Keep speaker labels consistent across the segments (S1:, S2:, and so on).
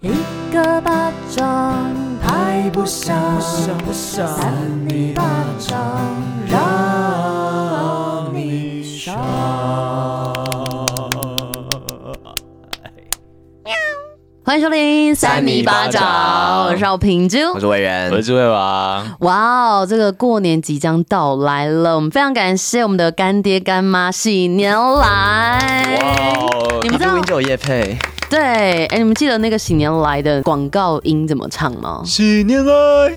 S1: 一个巴掌拍不响，三你巴掌让你爽。欢迎收听《三米巴掌》，我是平之。
S2: 我是伟人，
S3: 我是魏王，
S1: 哇哦，这个过年即将到来了，我们非常感谢我们的干爹干妈喜年来。
S3: 哦
S1: 你们知道
S2: 录音就有叶配，
S1: 对，哎、你们记得那个喜年来的广告音怎么唱吗？
S3: 新年来，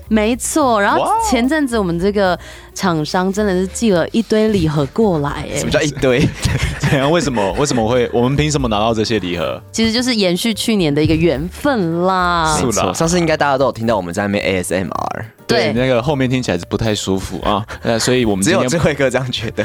S1: 没错，然后
S3: 哇哦
S1: 前阵子我们这个厂商真的是寄了一堆礼盒过来，哎
S2: 什么，叫一堆？
S3: 怎样？为什么？为什么会？我们凭什么拿到这些礼盒？
S1: 其实就是延续去年的一个缘分啦
S3: 是。
S2: 没
S3: 啦
S2: 错上次应该大家都有听到我们在那边 ASMR，
S1: 对
S3: 那个后面听起来是不太舒服啊。呃，所以我们
S2: 只
S3: 今
S2: 有智
S3: 天
S2: 慧哥这样觉得。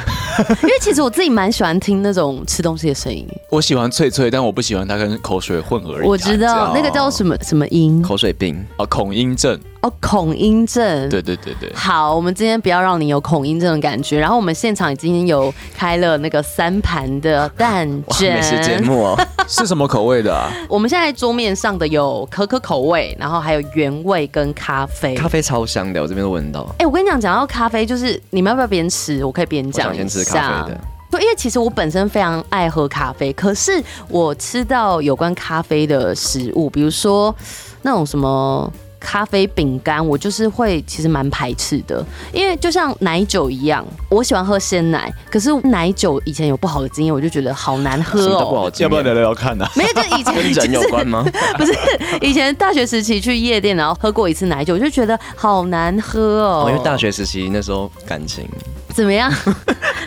S1: 因为其实我自己蛮喜欢听那种吃东西的声音，
S2: 哎
S3: 我喜欢脆脆，但我不喜欢它跟口水混合而已。
S1: 我知道
S2: 叫
S1: 那个叫什么什么音
S2: 口水病，
S3: 啊，恐音症，
S1: 哦，恐音症。
S3: 对对对对，
S1: 好，我们今天不要让你有恐音症的感觉。然后我们现场已经有开了那个三盘的蛋
S2: 哇，
S1: 卷，
S2: 美食节 目哦，
S3: 是什么口味的 啊？
S1: 我们现在桌面上的有可可口味，然后还有原味跟咖啡。
S2: 咖啡超香的，我这边都闻到。
S1: 哎、我跟你讲，讲到咖啡，就是你们要不要边吃？我可以边
S2: 我
S1: 讲
S2: 想先
S1: 一
S2: 吃
S1: 下
S2: 咖啡的。
S1: 对，因为其实我本身非常爱喝咖啡，可是我吃到有关咖啡的食物，比如说那种什么咖啡饼干，我就是会其实蛮排斥的，因为就像奶酒一样，我喜欢喝鲜奶，可是奶酒以前有不好的经验，我就觉得好难
S2: 什
S1: 喝
S2: 么都不
S1: 哦。
S2: 好吃，
S3: 要不要聊聊看呢？
S2: 啊
S1: 没有，就以前
S2: 跟
S1: 就
S2: 人
S1: 是
S2: 有关吗？
S1: 不是以前大学时期去夜店，然后喝过一次奶酒，我就觉得好难喝哦。
S2: 哦，因为大学时期那时候感情
S1: 怎么 样？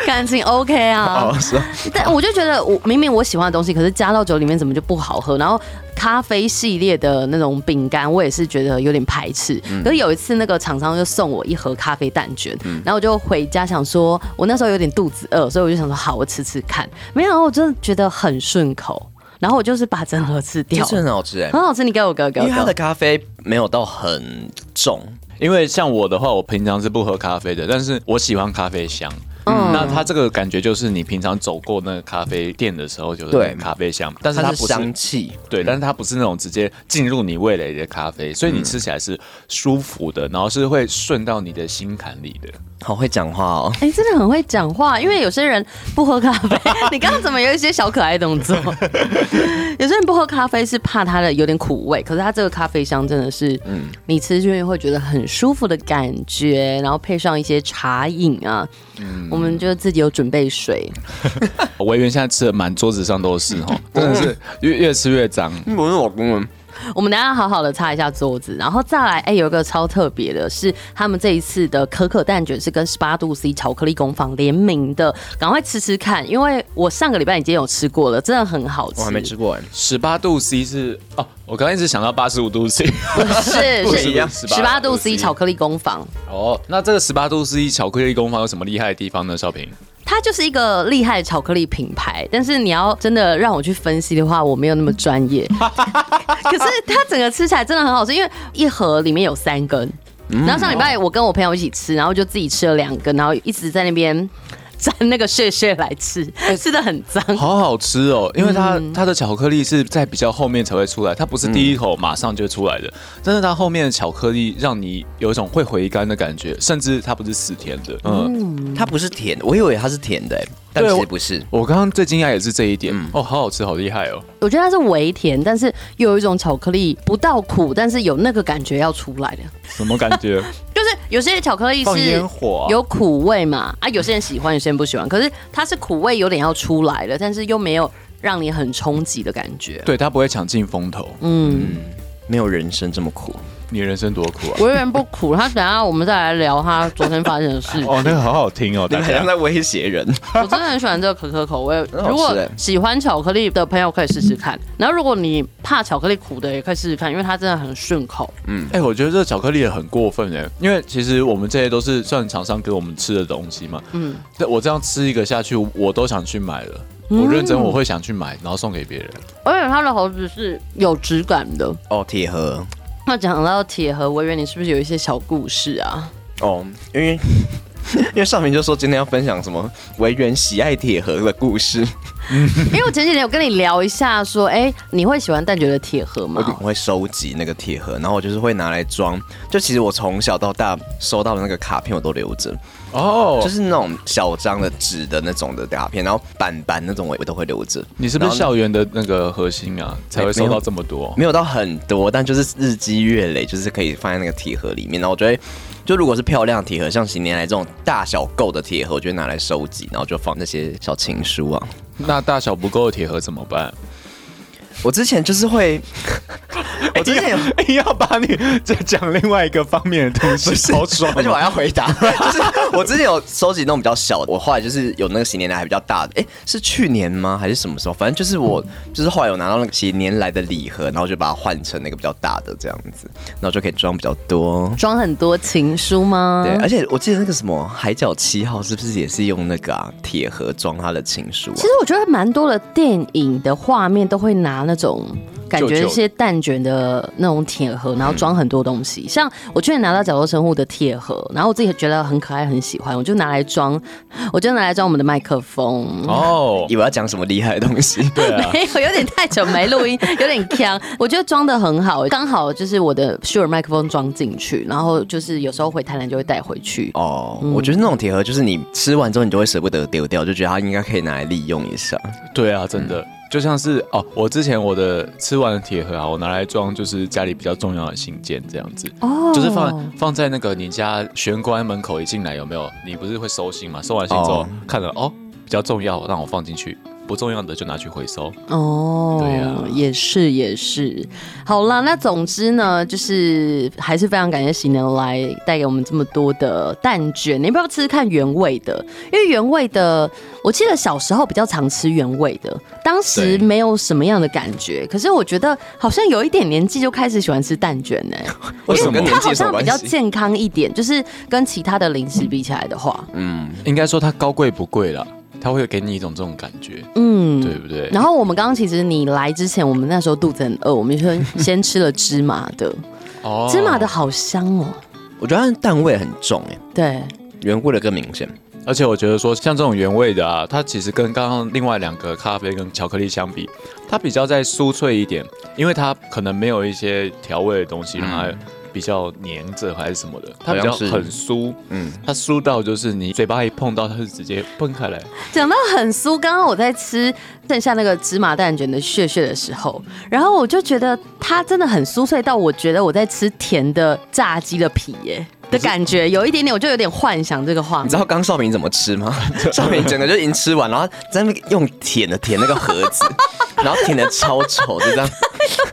S1: 感情 OK 啊
S2: 哦，？是啊
S1: 但我就觉得我明明我喜欢的东西，可是加到酒里面怎么就不好喝？然后咖啡系列的那种饼干，我也是觉得有点排斥。
S2: 嗯
S1: 可是有一次那个厂商就送我一盒咖啡蛋卷，然后我就回家想说，我那时候有点肚子饿，所以我就想说好，我吃吃看。没想到我真的觉得很顺口，然后我就是把整盒吃
S2: 其
S1: 掉，
S2: 实很好吃哎
S1: 很，好吃。你给我哥哥，给
S2: 因
S1: 我
S2: 为它
S1: 给
S2: 的
S1: 我
S2: 咖啡没有到很重，
S3: 因为像我的话，我平常是不喝咖啡的，但是我喜欢咖啡香。
S1: 嗯
S3: 嗯，那它这个感觉就是你平常走过那个咖啡店的时候，就是
S2: 对
S3: 那个咖啡香，但是它
S2: 它
S3: 不
S2: 是
S3: 是
S2: 香气，
S3: 对，但是它不是那种直接进入你味蕾的咖啡，所以你吃起来是舒服的，然后是会顺到你的心坎里的。
S2: 好会讲话哦。
S1: 哎、真的很会讲话，因为有些人不喝咖啡。 你刚刚怎么有一些小可爱动 作？有些人不喝咖啡是怕它的有点苦味，可是它这个咖啡香真的是，嗯，你吃进去会觉得很舒服的感觉，然后配上一些茶饮啊，
S2: 嗯
S1: 我们就自己有准备水。
S3: 维园现在吃的满桌子上都是哦，真的是越越吃越脏。
S2: 嗯不是我公文，
S1: 我们等一下好好的擦一下桌子，然后再来，哎、有一个超特别的是，他们这一次的可可蛋卷是跟十八度 C 巧克力工坊联名的，赶快吃吃看，因为我上个礼拜已经有吃过了，真的很好吃。
S2: 我还没吃过哎。
S3: 十八度 C 是哦，我刚刚一直想到八十五度 C。
S1: 是
S3: 不
S1: 是
S3: 一样
S1: 十八度 C 巧克力工坊，
S3: 哦，那这个十八度 C 巧克力工坊有什么厉害的地方呢？少平，
S1: 它就是一个厉害的巧克力品牌。但是你要真的让我去分析的话，我没有那么专 业。可是它整个吃起来真的很好吃，因为一盒里面有三根。
S3: 嗯
S1: 然后上礼拜我跟我朋友一起吃，然后就自己吃了两根，然后一直在那边蘸那个屑屑来吃，
S3: 哎
S1: 吃的很脏。
S3: 好好吃哦，因为它、
S1: 嗯
S3: 它的巧克力是在比较后面才会出来，它不是第一口马上就出来的，
S1: 嗯
S3: 但是它后面的巧克力让你有一种会回甘的感觉，甚至它不是死甜的，嗯
S2: 它不是甜，的，我以为它是甜的，哎但
S3: 对
S2: 其实
S3: 我
S2: 不是。
S3: 我刚刚最惊讶也是这一
S1: 嗯
S3: 点，哦，好好吃，好厉害哦！
S1: 我觉得它是微甜，但是又有一种巧克力不到苦，但是有那个感觉要出来的。
S3: 什么感 觉？
S1: 就是有些巧克力
S3: 放
S1: 是
S3: 烟火啊
S1: 有苦味嘛，啊，有些人喜欢，有些人不喜欢。可是它是苦味有点要出来了，但是又没有让你很冲击的感觉。
S3: 对，它不会抢尽风头。
S1: 嗯，
S2: 没有人生这么苦。
S3: 你人生多苦啊！。
S1: 我有点不苦。他等一下我们再来聊他昨天发生的事
S3: 哦，那个好好听哦，
S2: 你
S3: 大
S2: 们好像
S3: 家。
S2: 在威胁人。
S1: 我真的很喜欢这个可可口味，
S2: 好吃
S1: 如果
S2: 欸
S1: 喜欢巧克力的朋友可以试试看。然后如果你怕巧克力苦的，也可以试试看，因为它真的很顺口。
S3: 哎、我觉得这个巧克力也很过分哎，因为其实我们这些都是算厂商给我们吃的东西嘛。嗯，我这样吃一个下去，我都想去买了。我认真，我会想去买，然后送给别人。
S1: 而且它的猴子是有质感的。
S2: 哦，铁盒。
S1: 那讲到铁盒，我以为你是不是有一些小故事啊？
S2: 哦，因为因为尚明就说今天要分享什么维园喜爱铁盒的故事，
S1: 因为我前几天有跟你聊一下，说，哎、你会喜欢蛋卷的铁盒
S2: 我就
S1: 吗？
S2: 我会收集那个铁盒，然后我就是会拿来装。就其实我从小到大收到的那个卡片我都留着，
S3: 哦，
S2: 就是那种小张的纸的那种的卡片，然后板板那种我我都会留着。
S3: 你是不是
S2: 然后
S3: 校园的那个核心啊，才会收到这么多？
S2: 没有到很多，但就是日积月累，就是可以放在那个铁盒里面。然后我就会，就如果是漂亮的铁盒，像近年来这种大小够的铁盒，我就会拿来收集，然后就放那些小情书啊。
S3: 那大小不够的铁盒怎么办？
S2: 我之前就是会，我之前有。
S3: 硬 要把你再讲另外一个方面的东西，超爽
S2: 而且我还要回答， 就是我之前有收集那种比较小的，我后来就是有那个喜年来还比较大的，哎、是去年吗？还是什么时候？反正就是我，就是后来有拿到那个喜年来的礼盒，然后就把它换成那个比较大的这样子，然后就可以装比较多。
S1: 装很多情书吗？
S2: 对，而且我记得那个什么海角七号是不是也是用那个啊铁盒装他的情书、啊
S1: 其？实我觉得蛮多的电影的画面都会拿那种。感
S3: 旧旧嗯
S1: 觉
S3: 的
S1: 一些蛋卷的那种铁盒，然后装很多东西。像我去年拿到角落生物的铁盒，然后我自己觉得很可爱，很喜欢，我就拿来装，我就拿来装我们的麦克风。
S3: 哦，
S2: 以为要讲什么厉害的东西？对
S3: 对 啊，
S1: 没有，有点太久没录 音，有点呛。我觉得装的很好，刚好就是我的 Shure 麦克风装进去，然后就是有时候回台南就会带回去。
S2: 哦，我觉得那种铁盒就是你吃完之后你就会舍不得丢掉，就觉得它应该可以拿来利用一下。
S3: 对啊，真的。就像是哦，我之前我的吃完的铁盒啊，我拿来装就是家里比较重要的信件这样子，
S1: 哦
S3: 就是放放在那个你家玄关门口一进来有没有？你不是会收信吗？收完信之后、
S2: 哦
S3: 看了哦，比较重要，让我放进去；不重要的就拿去回收。
S1: 哦，
S3: 对呀
S1: 也是也是。好啦，那总之呢，就是还是非常感谢喜能来带给我们这么多的蛋卷。你要不要吃吃看原味的？因为原味的，我记得小时候比较常吃原味的，当时
S2: 对
S1: 没有什么样的感觉。可是我觉得好像有一点年纪就开始喜欢吃蛋卷 呢、
S2: 为什么跟
S1: 它
S2: 年纪
S1: 好
S2: 有什么
S1: 像比较
S2: 关系？
S1: 健康一点，就是跟其他的零食比起来的话，
S2: 嗯，
S3: 应该说它高贵不贵啦，它会给你一种这种感觉，
S1: 嗯，
S3: 对不对？
S1: 然后我们刚刚其实你来之前，我们那时候肚子很饿，我们就先先吃了芝麻的，
S3: 哦
S1: 芝麻的，好香哦。
S2: 我觉得它的蛋味很重哎，
S1: 对，
S2: 原味的更明显。
S3: 而且我觉得说像这种原味的啊，它其实跟刚刚另外两个咖啡跟巧克力相比，它比较再酥脆一点，因为它可能没有一些调味的东西让它比较粘着还是什么的，它比较
S2: 嗯好像是
S3: 很酥，
S2: 嗯，
S3: 它酥到就是你嘴巴一碰到它就直接崩开 来。
S1: 讲到很酥，刚刚我在吃剩下那个芝麻蛋卷的屑屑的时候，然后我就觉得它真的很酥脆到我觉得我在吃甜的炸鸡的皮耶的感觉，有一点点，我就有点幻想这个画
S2: 你
S1: 面
S2: 知。道刚少平怎么 吃吗？少平整个就已经吃完，然后在那边用舔的舔那个盒 子，然后舔的超丑，就这样，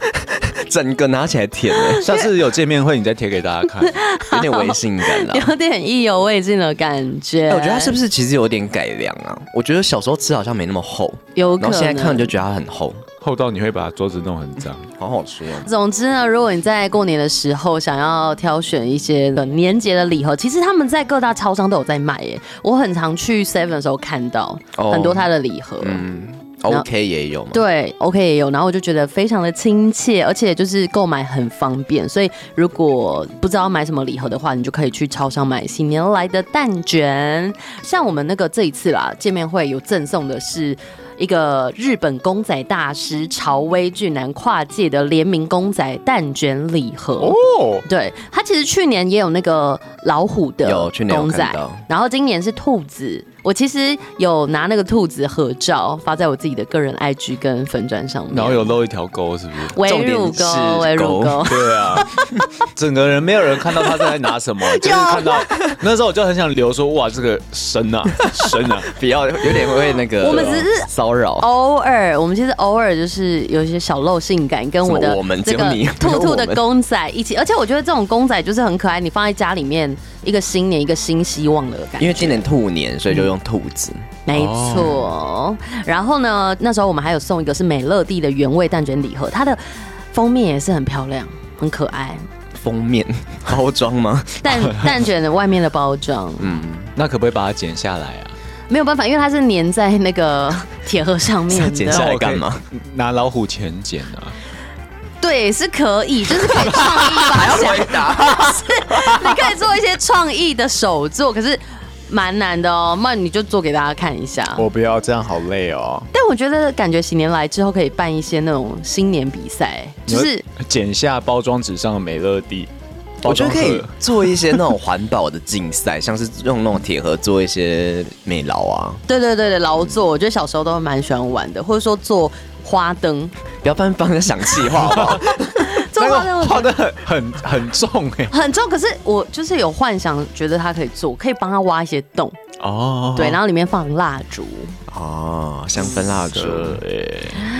S2: 整个拿起来舔欸
S3: 下次有见面会，你再贴给大家看。
S2: 有点违性感啦。
S1: 有点意犹未尽的感觉，
S2: 哎我觉得它是不是其实有点改良啊？我觉得小时候吃好像没那么厚，
S1: 有可
S2: 然后
S1: 能。
S2: 现在看就觉得它很厚，
S3: 厚到你会把桌子弄很脏。
S2: 好好吃哦。
S1: 总之呢，如果你在过年的时候想要挑选一些呃年节的礼盒，其实他们在各大超商都有在卖耶。我很常去 Seven 的时候看到
S2: 哦
S1: 很多它的礼盒。
S2: 嗯，OK 也有嘛。
S1: 对，OK 也有，然后我就觉得非常的亲切，而且就是购买很方便，所以如果不知道买什么礼盒的话，你就可以去超商买新年来的蛋卷。像我们那个这一次啦，见面会有赠送的是。一个日本公仔大师潮威俊男跨界的联名公仔蛋卷礼盒
S3: 哦，
S1: 对，它其实去年也有那个老虎的
S2: 有去年有
S1: 公仔
S2: 看到，
S1: 然后今年是兔子。我其实有拿那个兔子合照发在我自己的个人 IG 跟粉砖上面，
S3: 然后有露一条沟，是不是？
S1: 围
S2: 重点
S1: 乳
S2: 是
S1: 沟，围乳
S2: 狗
S1: 沟。
S3: 对啊，整个人没有人看到他在拿什 么，就是看到 那时候我就很想留说，哇，这个深啊，深啊，
S2: 比较有点会那个，
S1: 我们只是
S2: 骚扰。
S1: 偶尔，我们其实偶尔就是有一些小露性感，跟我
S2: 什
S1: 的
S2: 么我们
S1: 这
S2: 只有
S1: 个
S2: 你
S1: 兔兔
S2: 没有我
S1: 的
S2: 们
S1: 公仔一起，而且我觉得这种公仔就是很可爱，你放在家里面，一个新年，一个新希望的感觉。
S2: 因为今年兔年，所以就用兔子。
S1: 没错。然后呢，那时候我们还有送一个是美乐蒂的原味蛋卷礼盒，它的封面也是很漂亮。很可爱，
S2: 封面 包装吗？
S1: 蛋蛋卷的外面的包装，
S3: 嗯那可不可以把它剪下来啊？
S1: 没有办法，因为它是粘在那个铁盒上面的。
S2: 剪下来干嘛？
S3: 拿老虎钳剪啊？
S1: 对，是可以，就是可以 创意发想。
S2: 回答。
S1: 你可以做一些创意的手作，可是蛮难的哦。那你就做给大家看一下。
S2: 哦
S4: 我不要这样，好累哦。
S1: 但我觉得感觉新年来之后可以办一些那种新年比赛，就是
S3: 剪下包装纸上的美乐蒂，
S2: 我觉得可
S3: 包
S2: 以
S3: 装盒
S2: 做一些那种环保的竞赛，像是用那种铁盒做一些美劳啊，
S1: 对对对对劳作，我觉得小时候都蛮喜欢玩的，或者说做花灯，
S2: 不要帮帮人想气话好不 好？
S1: 做花灯我觉得
S3: 画的很很很重哎、
S1: 很重，可是我就是有幻想，觉得它可以做，可以帮它挖一些洞，
S3: 哦，
S1: 对，然后里面放蜡烛，
S2: 哦，香氛蜡烛，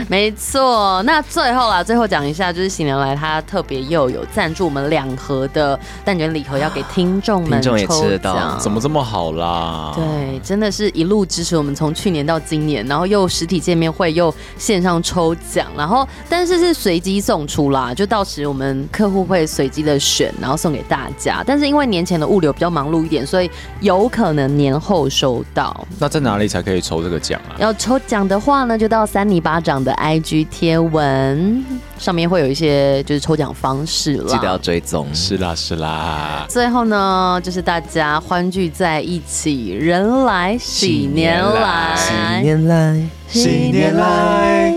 S1: 没错。那最后啦，最后讲一下，就是喜年来它特别又有赞助我们两盒的蛋卷礼盒，要给听众们
S2: 听众也
S1: 抽
S2: 吃得到
S1: 奖。
S3: 怎么这么好
S1: 啊
S3: 啦？
S1: 对，真的是一路支持我们，从去年到今年，然后又实体见面会，又线上抽奖，然后但是是随机送出啦，就到时我们客户会随机的选，然后送给大家。但是因为年前的物流比较忙碌一点，所以有可能年后收到。
S3: 那在哪里才可以抽这个奖啊？
S1: 要抽奖的话呢，就到三里巴掌的 IG 贴文上面会有一些就是抽奖方式啦。
S2: 记得要追踪。
S3: 是啦是啦，
S1: 最后呢，就是大家欢聚在一起，人来喜年来，
S2: 新年来，
S1: 新年来。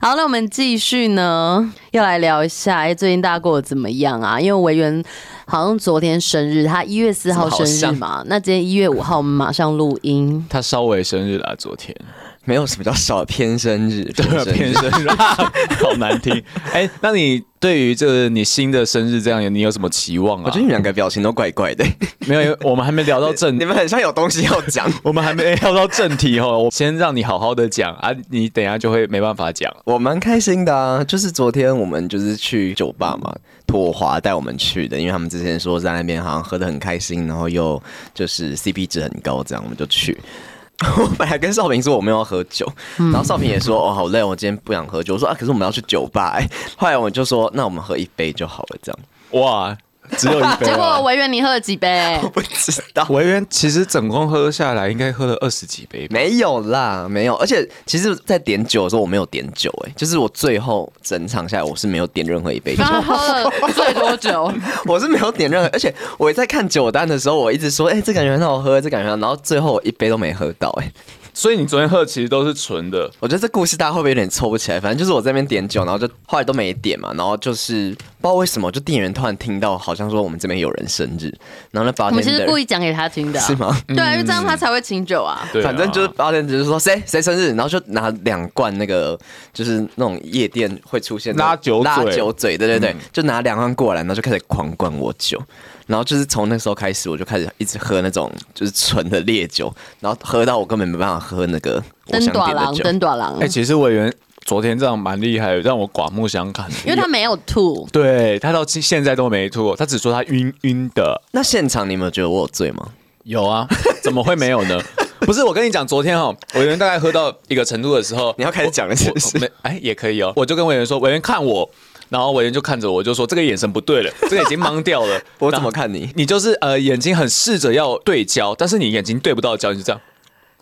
S1: 好，那我们继续呢，要来聊一下，哎、最近大家过得怎么样啊？因为维园好像昨天生日，他一月四号生日嘛，那今天一月五号我们马上录音，
S3: 他稍微生日啦，昨天
S2: 没有什么叫小偏生日，啊偏生
S3: 偏
S2: 日
S3: 生日，好难听。哎、那你对于这个你新的生日这样，你有什么期望啊？
S2: 我觉得你们两个表情都怪怪的，
S3: 没有，因为我们还没聊到正
S2: 你，们很像有东西要讲。
S3: 我们还没聊到正题哦。我先让你好好的讲啊，你等一下就会没办法讲。
S2: 我蛮开心的啊，就是昨天我们就是去酒吧嘛，拓华带我们去的，因为他们之前说在那边好像喝的很开心，然后又就是 CP 值很高，这样我们就去。 我本来跟少平说我们要喝酒，然后少平也说哦好累，我今天不想喝酒。我说啊，可是我们要去酒吧、欸。 后来我就说那我们喝一杯就好了，这样。
S3: 哇，只有一杯、
S1: 结果
S3: 啊。
S1: 维园你喝了几 杯？
S2: 我不知道，
S3: 维园其实总共喝下来应该喝了二十几杯吧。
S2: 没有啦，没有。而且其实，在点酒的时候我没有点酒、欸，哎，就是我最后整场下来我是没有点任何一杯酒。
S1: 他喝了最多 酒，
S2: 我是没有点任何，而且我在看酒单的时候，我一直说，哎、这感觉很好喝，这感觉很好，然后最后我一杯都没喝到、哎，
S3: 所以你昨天喝的其实都是纯的。
S2: 我觉得这故事大家会不会有点凑不起来？反正就是我这边点酒，然后就后来都没点嘛，然后就是不知道为什么，就店员突然听到好像说我们这边有人生日，然后那
S1: 我
S2: bartender
S1: 们其实故意讲给他听的、
S2: 是？吗？嗯
S1: 对啊，因为这样他才会请酒啊。
S3: 对啊、
S2: 反正就是 bartender 就说谁谁生日，然后就拿两罐那个就是那种夜店会出现的
S3: 拉酒
S2: 拉
S3: 嘴嗯
S2: 酒嘴，对对对，就拿两罐过来，然后就开始狂灌我酒。然后就是从那时候开始，我就开始一直喝那种就是纯的烈酒，然后喝到我根本没办法喝那个我
S1: 登
S2: 想
S1: 短
S2: 点的
S1: 郎，
S2: 酒。
S1: 登短郎
S3: 哎、，其实委员昨天这样蛮厉害的，让我刮目相看。
S1: 因为他没有吐，
S3: 对他到今现在都没吐，他只说他晕晕的。
S2: 那现场你们有觉得我有醉吗？
S3: 有啊，怎么会没有 呢？不是，我跟你讲，昨天哈、哦，委员大概喝到一个程度的时候，
S2: 你要开始讲了是不
S3: 我
S2: 是？。
S3: 没哎也可以哦。我就跟委员说，委员看我，然后委员就看着我，就说这个眼神不对了，这个已经懵掉了
S2: 我怎
S3: 然
S2: 么
S3: 后？
S2: 看你？
S3: 你就是呃眼睛很试着要对焦，但是你眼睛对不到焦，你就这样。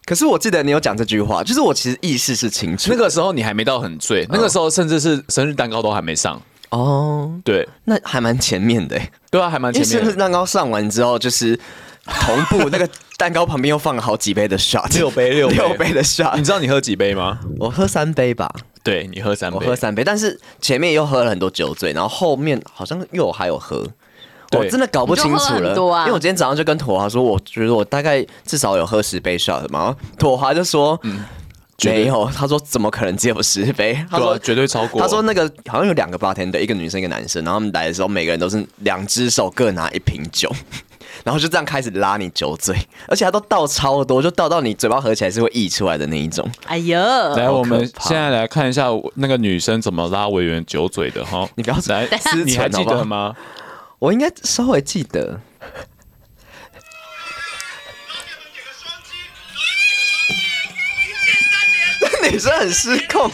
S2: 可是我记得你有讲这句话，就是我其实意识是清楚
S3: 那个时候你还没到很
S2: 嗯
S3: 醉，那个时候甚至是生日蛋糕都还没上。
S2: 哦，
S3: 对
S2: 那还蛮前面的、欸。
S3: 对啊，还蛮
S2: 因为
S3: 前
S2: 生
S3: 面
S2: 日
S3: 的。
S2: 蛋糕上完之后，就是同步那个蛋糕旁边又放了好几杯的 shot，
S3: 六杯六杯嗯
S2: 六杯的
S3: 你
S2: shot。
S3: 知道你喝几杯吗？
S2: 我喝三杯吧，
S3: 对你喝三杯，
S2: 我喝三杯，但是前面又喝了很多酒醉，然后后面好像又还有喝。
S3: 对
S2: 我真的搞不清
S1: 你就
S2: 楚
S1: 喝
S2: 了，
S1: 很多啊
S2: 因为我今天早上就跟妥华说，我觉得我大概至少有喝十杯 shot 嘛，然后妥华就说、
S3: 嗯绝对
S2: 没有，他说怎么可能只有十杯？他
S3: 对
S2: 说、
S3: 啊，绝对超过。
S2: 他说那个好像有两个 bartender，一个女生一个男生，然后他们来的时候每个人都是两只手各拿一瓶酒， 然后就这样开始拉你酒醉，而且他都倒超多，就倒到你嘴巴合起来是会溢出来的那一种。
S1: 哎呦，
S3: 来，
S2: 好
S3: 我们
S2: 可怕
S3: 现在来看一下我那个女生怎么拉委员酒嘴的哈。
S2: 你不要
S3: 来
S2: 思忖，
S3: 你还记
S2: 好不好
S3: 得吗？
S2: 我应该稍微记得，那 女生很失控，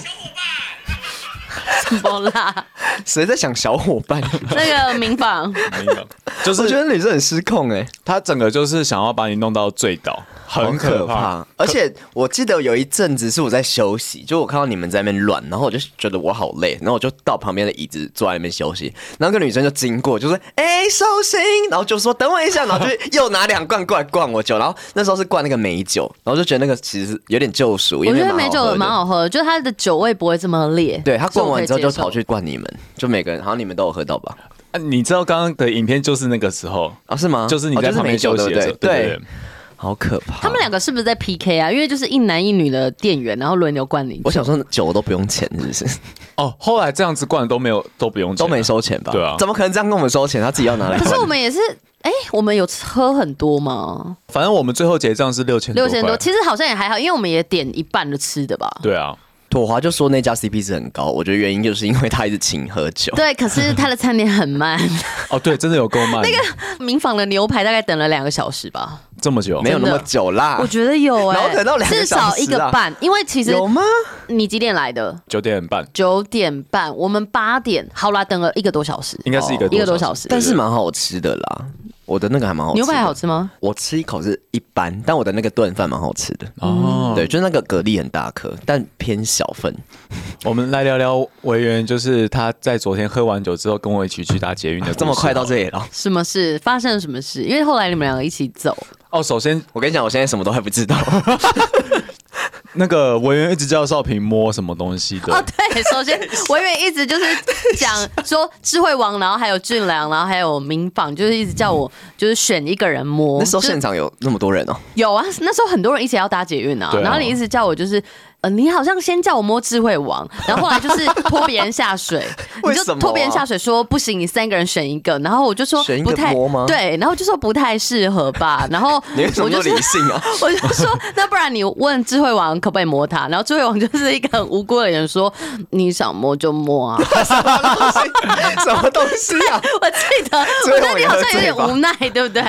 S1: 怎么啦？
S2: 谁在想小伙伴？
S1: 那个民房，
S3: 没有，就
S2: 我觉
S3: 是
S2: 得女生很失控哎、
S3: 她整个就是想要把你弄到醉倒，很可怕。啊
S2: 而且我记得有一阵子是我在休息，就我看到你们在那边乱，然后我就觉得我好累，然后我就到旁边的椅子坐在那边休息。然后个女生就经过，就说：“哎、寿星！”然后就说：“等我一下。”然后就又拿两罐过来灌我酒。然后那时候是灌那个美酒，然后就觉得那个其实有点救赎，因
S1: 我
S2: 为
S1: 觉得美酒蛮好
S2: 好喝的。
S1: 喝的，就是它的酒味不会这么烈。
S2: 对他灌完之后
S1: 所
S2: 就
S1: 以我
S2: 跑
S1: 可以接
S2: 去灌你们，就每个人好像你们都有喝到吧？
S3: 啊你知道刚刚的影片就是那个时候，
S2: 啊，是吗？
S3: 就是你
S2: 哦
S3: 在旁
S2: 美
S3: 边
S2: 酒
S3: 休息
S2: 对
S3: 的时
S2: 不
S3: 候，
S2: 对？
S3: 对对
S2: 对，好可怕。
S1: 受。他们两个是不是在 PK 啊？因为就是一男一女的店员，然后轮流灌你。
S2: 我想说酒都不用钱，是不是？
S3: 哦，后来这样子灌都没有都不用钱
S2: 都
S3: 啊
S2: 没收钱吧？
S3: 对啊
S2: 怎么可能这样跟我们收钱？他自己要拿来
S1: 可
S2: 换。
S1: 是我们也是，哎、我们有喝很多吗？
S3: 反正我们最后结账是六千
S1: 六千多，
S3: 块，
S1: 其实好像也还好，因为我们也点一半的吃的吧。
S3: 对啊，
S2: 妥华就说那家 CP 值很高，我觉得原因就是因为他一直请喝酒。
S1: 对，可是他的餐点很 慢，
S3: 哦对，真的有够 慢，那个
S1: 民房的牛排大概等了两个小时吧，
S3: 这么久
S2: 没有那么久啦。
S1: 我觉得有哎、
S2: 然后等到两个
S1: 至
S2: 小时啊
S1: 少一个半，因为其实
S2: 有吗？
S1: 你几点来的？
S3: 九点半，
S1: 九点半，我们八点，好啦，等了一个多小时，
S3: 应该是一个
S1: 一个多小时。
S2: 但是蛮好吃的啦，我的那个还蛮好吃。
S1: 牛排好，吃吗？
S2: 我吃一口是一般，但我的那个炖饭蛮好吃的。
S3: 哦，
S2: 对，就是那个蛤蜊很大颗，但偏小份。
S3: 我们来聊聊维园，就是他在昨天喝完酒之后跟我一起去搭捷运的故事，
S2: 啊
S3: 啊
S2: 这么快到这里了？
S1: 什么事？发生了什么事？因为后来你们两个一起走，
S3: 哦。首先，
S2: 我跟你讲，我现在什么都还不 知道。
S3: 那个维园一直叫少平摸什么东西的，
S2: 啊
S1: 哦， 对，首先我以为一直就是讲说智慧王，然后还有俊良，然后还有民坊，就是一直叫我就是选一个人摸。
S2: 嗯那时候
S1: 就是
S2: 现场有那么多人哦、
S1: 有啊，那时候很多人一起要搭捷运啊，
S3: 对啊
S1: 然后你一直叫我就是。呃，你好像先叫我摸智慧王，然后后来就是拖别人下水，你
S2: 为
S1: 就
S2: 什么啊
S1: 拖别人下水说不行，你三个人选一个，然后我就说
S2: 选一个
S1: 不太
S2: 摸吗
S1: 对，然后就说不太适合吧，然后
S2: 你为什
S1: 我
S2: 么那
S1: 就是
S2: 么理性啊？
S1: 我就说，那不然你问智慧王可不可以摸它？然后智慧王就是一个很无辜的人说，你想摸就 摸啊。
S2: 什么东西？ 什么东西 啊？
S1: 我记 得，
S2: 智
S1: 我觉
S2: 慧
S1: 得
S2: 王
S1: 你
S2: 也
S1: 好
S2: 喝
S1: 像有
S2: 醉
S1: 点
S2: 吧
S1: 无奈，对不对？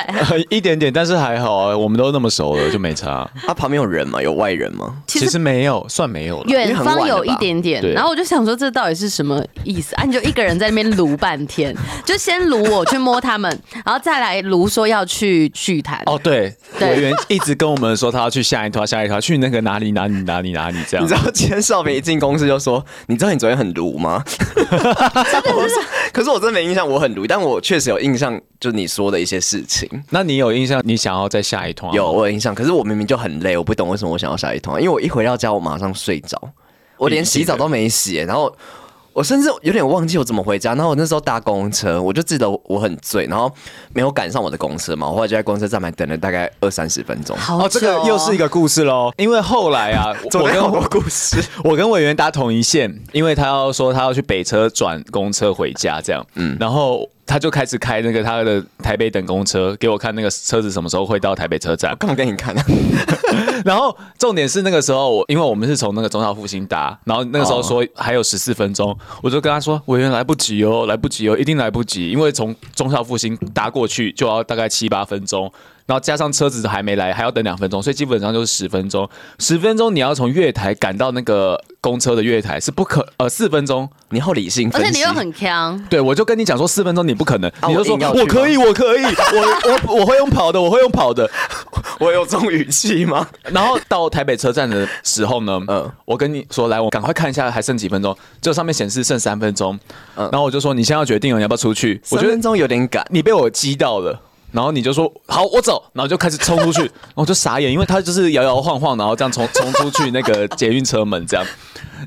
S3: 一点点，但是还好啊，我们都那么熟了，就没差。
S2: 啊，旁边有人吗？有外人吗？
S1: 其
S3: 其
S1: 实
S3: 实没有，算没有了。
S1: 远方有一点点，
S3: 对
S1: 然后我就想说这到底是什么意思啊？你就一个人在那边撸半天，就先撸我去摸他们，然后再来撸说要去续谈。
S3: 哦，对，
S1: 对
S3: 委员一直跟我们说他要去下一团，下一团去那个哪里哪里哪里哪里这样
S2: 你知。道今天少平一进公司就说：“你知道你昨天很毒吗？” 我说可是我真的没印象，我很毒，但我确实有印象，就你说的一些事情。
S3: 那你有印象？你想要再下一
S1: 哦
S3: 团？
S2: 有，我有印象，可是我明明就很累，我不懂为什么我想要下一通，因为我一回到家我马上睡着，我连洗澡都没洗，然后我甚至有点忘记我怎么回家。然后我那时候搭公车，我就记得我很醉，然后没有赶上我的公车嘛，我后来就在公车站牌等了大概二三十分钟。
S1: 好久
S3: 哦，这个又是一
S1: 个
S3: 个故事喽。因为后来 啊，我
S2: 我
S3: 跟
S2: 有好多故事，
S3: 我跟委员搭同一线，因为他要说他要去北车转公车回家这样，嗯，然后他就开始开那个他的台北等公车给我看那个车子什么时候会到台北车站，
S2: 干嘛给你看啊？
S3: 然后重点是那个时候我因为我们是从那个中校复兴搭，然后那个时
S2: 哦
S3: 候说还有十四分钟，我就跟他说委员来不及哦，来不及哦，一定来不及，因为从中校复兴搭过去就要大概七八分钟。然后加上车子还没来，还要等两分钟，所以基本上就是十分钟。十分钟你要从月台赶到那个公车的月台是不可呃四分钟。
S2: 你好理性分
S1: 而
S2: 析，
S1: 且你又很强，
S3: 对，我就跟你讲说四分钟你不可能，
S2: 啊
S3: 你就说
S2: 我硬要去
S3: 我可以，我可以，我我我会用跑的，我会用跑的。
S2: 我有这种语气吗？
S3: 然后到台北车站的时候呢，
S2: 嗯
S3: 我跟你说，来，我赶快看一下还剩几分钟，就上面显示剩三分钟，
S2: 嗯
S3: 然后我就说你现在要决定了，你要不要出去？ 我
S2: 我
S3: 觉
S2: 觉
S3: 得
S2: 得中有点赶，
S3: 你被我激到了。然后你就说好，我走，然后就开始冲 出去，然后我就傻眼，因为他就是摇摇晃晃，然后这样冲冲出去那个捷运车门这样。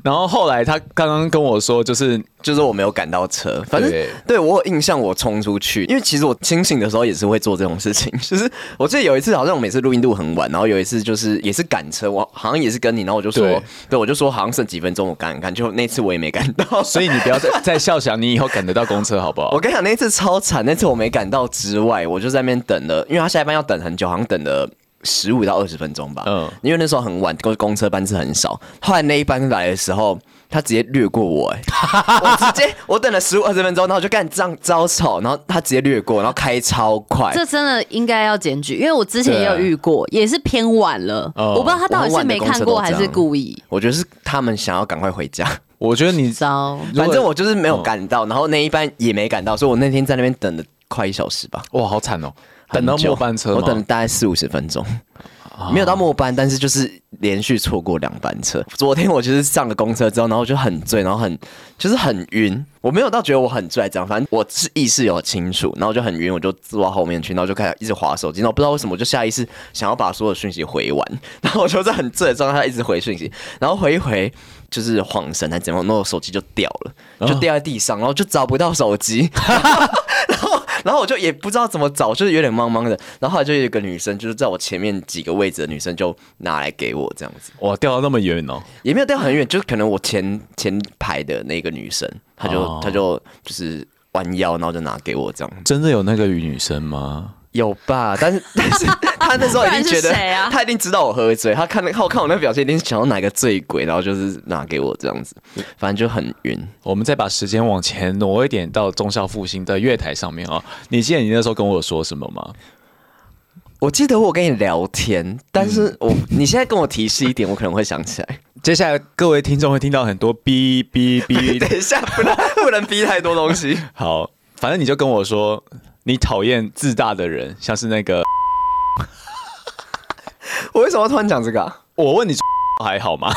S3: 然后后来他刚刚跟我说，就是
S2: 就是我没有赶到车，反正
S3: 对
S2: 对我有印象，我冲出去，因为其实我清醒的时候也是会做这种事情。 就是我记得有一次，好像我每次录音录很晚，然后有一次就是也是赶车，我好像也是跟你，然后我就说，
S3: 对
S2: 对我就说好像剩几分钟，我赶赶看，就那次我也没赶到。
S3: 所以你不要再 再笑想你以后赶得到公车好不好
S2: 我？跟你讲，那次超惨，那次我没赶到之外，我就在那边等了，因为他下一班要等很久，好像等了。十五到二十分钟吧，
S3: 嗯
S2: 嗯，因为那时候很晚，公公车班次很少。后来那一班来的时候，他直接掠过我、 欸，我直接我等了十五二十分钟，然后我就干这样招吵，然后他直接掠过，然后开超快，
S1: 这真的应该要检举，因为我之前也有遇过，也是偏晚了，
S3: 啊哦
S1: 我不知道他到底是没看过还是故意。
S2: 我觉得是他们想要赶快回家。
S3: 我觉得你
S1: 糟，
S3: 如果嗯
S2: 反正我就是没有赶到，然后那一班也没赶到，所以我那天在那边等了快一小时吧，
S3: 哇好惨哦，等到
S2: 很久
S3: 末班车吗，啊
S2: 我等了大概四五十分钟。没有到末班，但是就是连续错过两班车。昨天我就是上了公车之后，然后就很醉，然后很就是很晕。我没有到觉得我很醉这样，反正我是意识有清楚，然后就很晕，我就坐到后面去，然后就开始一直划手机，然后不知道为什么我就下意识想要把所有讯息回完，然后我就在很醉的状态下一直回讯息，然后回一回。就是晃神还是怎么样，然后我手机就掉了，就掉在地上，然后就找不到手机，然后然后我就也不知道怎么找，就是有点茫茫的。然后后来就有一个女生，就是在我前面几个位置的女生就拿来给我这样子，
S3: 哇，掉到那么远哦，
S2: 也没有掉很远，就是可能我前前排的那个女生，她就、她就就是弯腰，然后就拿给我这样，
S3: 真的有那个女生吗？
S2: 有吧？ 但是但是她那时候一定觉
S1: 不然是谁
S2: 得，
S1: 啊
S2: 她一定知道我喝醉，她看那看我看我那表情，一定想要哪个醉鬼，然后就是拿给我这样子，反正就很晕。
S3: 我们再把时间往前挪一点，到中校复兴的月台上面哦。你记得你那时候跟我说什么吗？
S2: 我记得我跟你聊天，但是我、你现在跟我提示一点，我可能会想起来。
S3: 接下来各位听众会听到很多哔哔哔。
S2: 等一下，不能不能逼太多东西。
S3: 好，反正你就跟我说，你讨厌自大的人，像是那个
S2: 我为什么要突然讲这个、啊？
S3: 我问你 还好吗？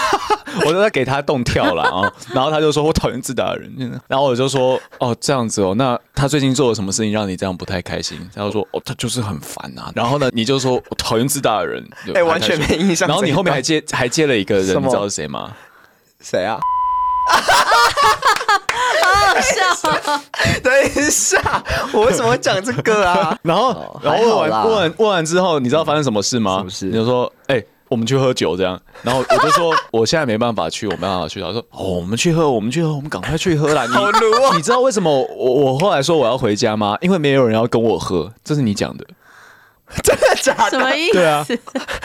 S3: 我都在给他动跳了啊、然后他就说我讨厌自大的人，然后我就说哦这样子哦，那他最近做了什么事情让你这样不太开心？他就说哦他就是很烦啊，然后呢你就说我讨厌自大的人，就
S2: 哎完全没印象
S3: 然后你后面还
S2: 这
S3: 接还接了一个人，
S2: 什么
S3: 你知道是谁吗？
S2: 谁啊？
S1: 好笑，
S2: 等一下，我为什么会讲这个啊？
S3: 然后、
S2: 哦
S3: 然后问
S2: 还好啦
S3: 完问完问完之后，你知道发生什么事吗？
S2: 什么事
S3: 你就说哎。我们去喝酒这样，然后我就说 我现在没办法去，我没办法去。他说哦，我们去喝，我们去喝，我们赶快去喝啦！你
S2: 好奴哦
S3: 你知道为什么我我后来说我要回家吗？因为没有人要跟我喝，这是你讲的。
S2: 真的假 的？
S1: 什么意
S3: 对啊
S1: 思？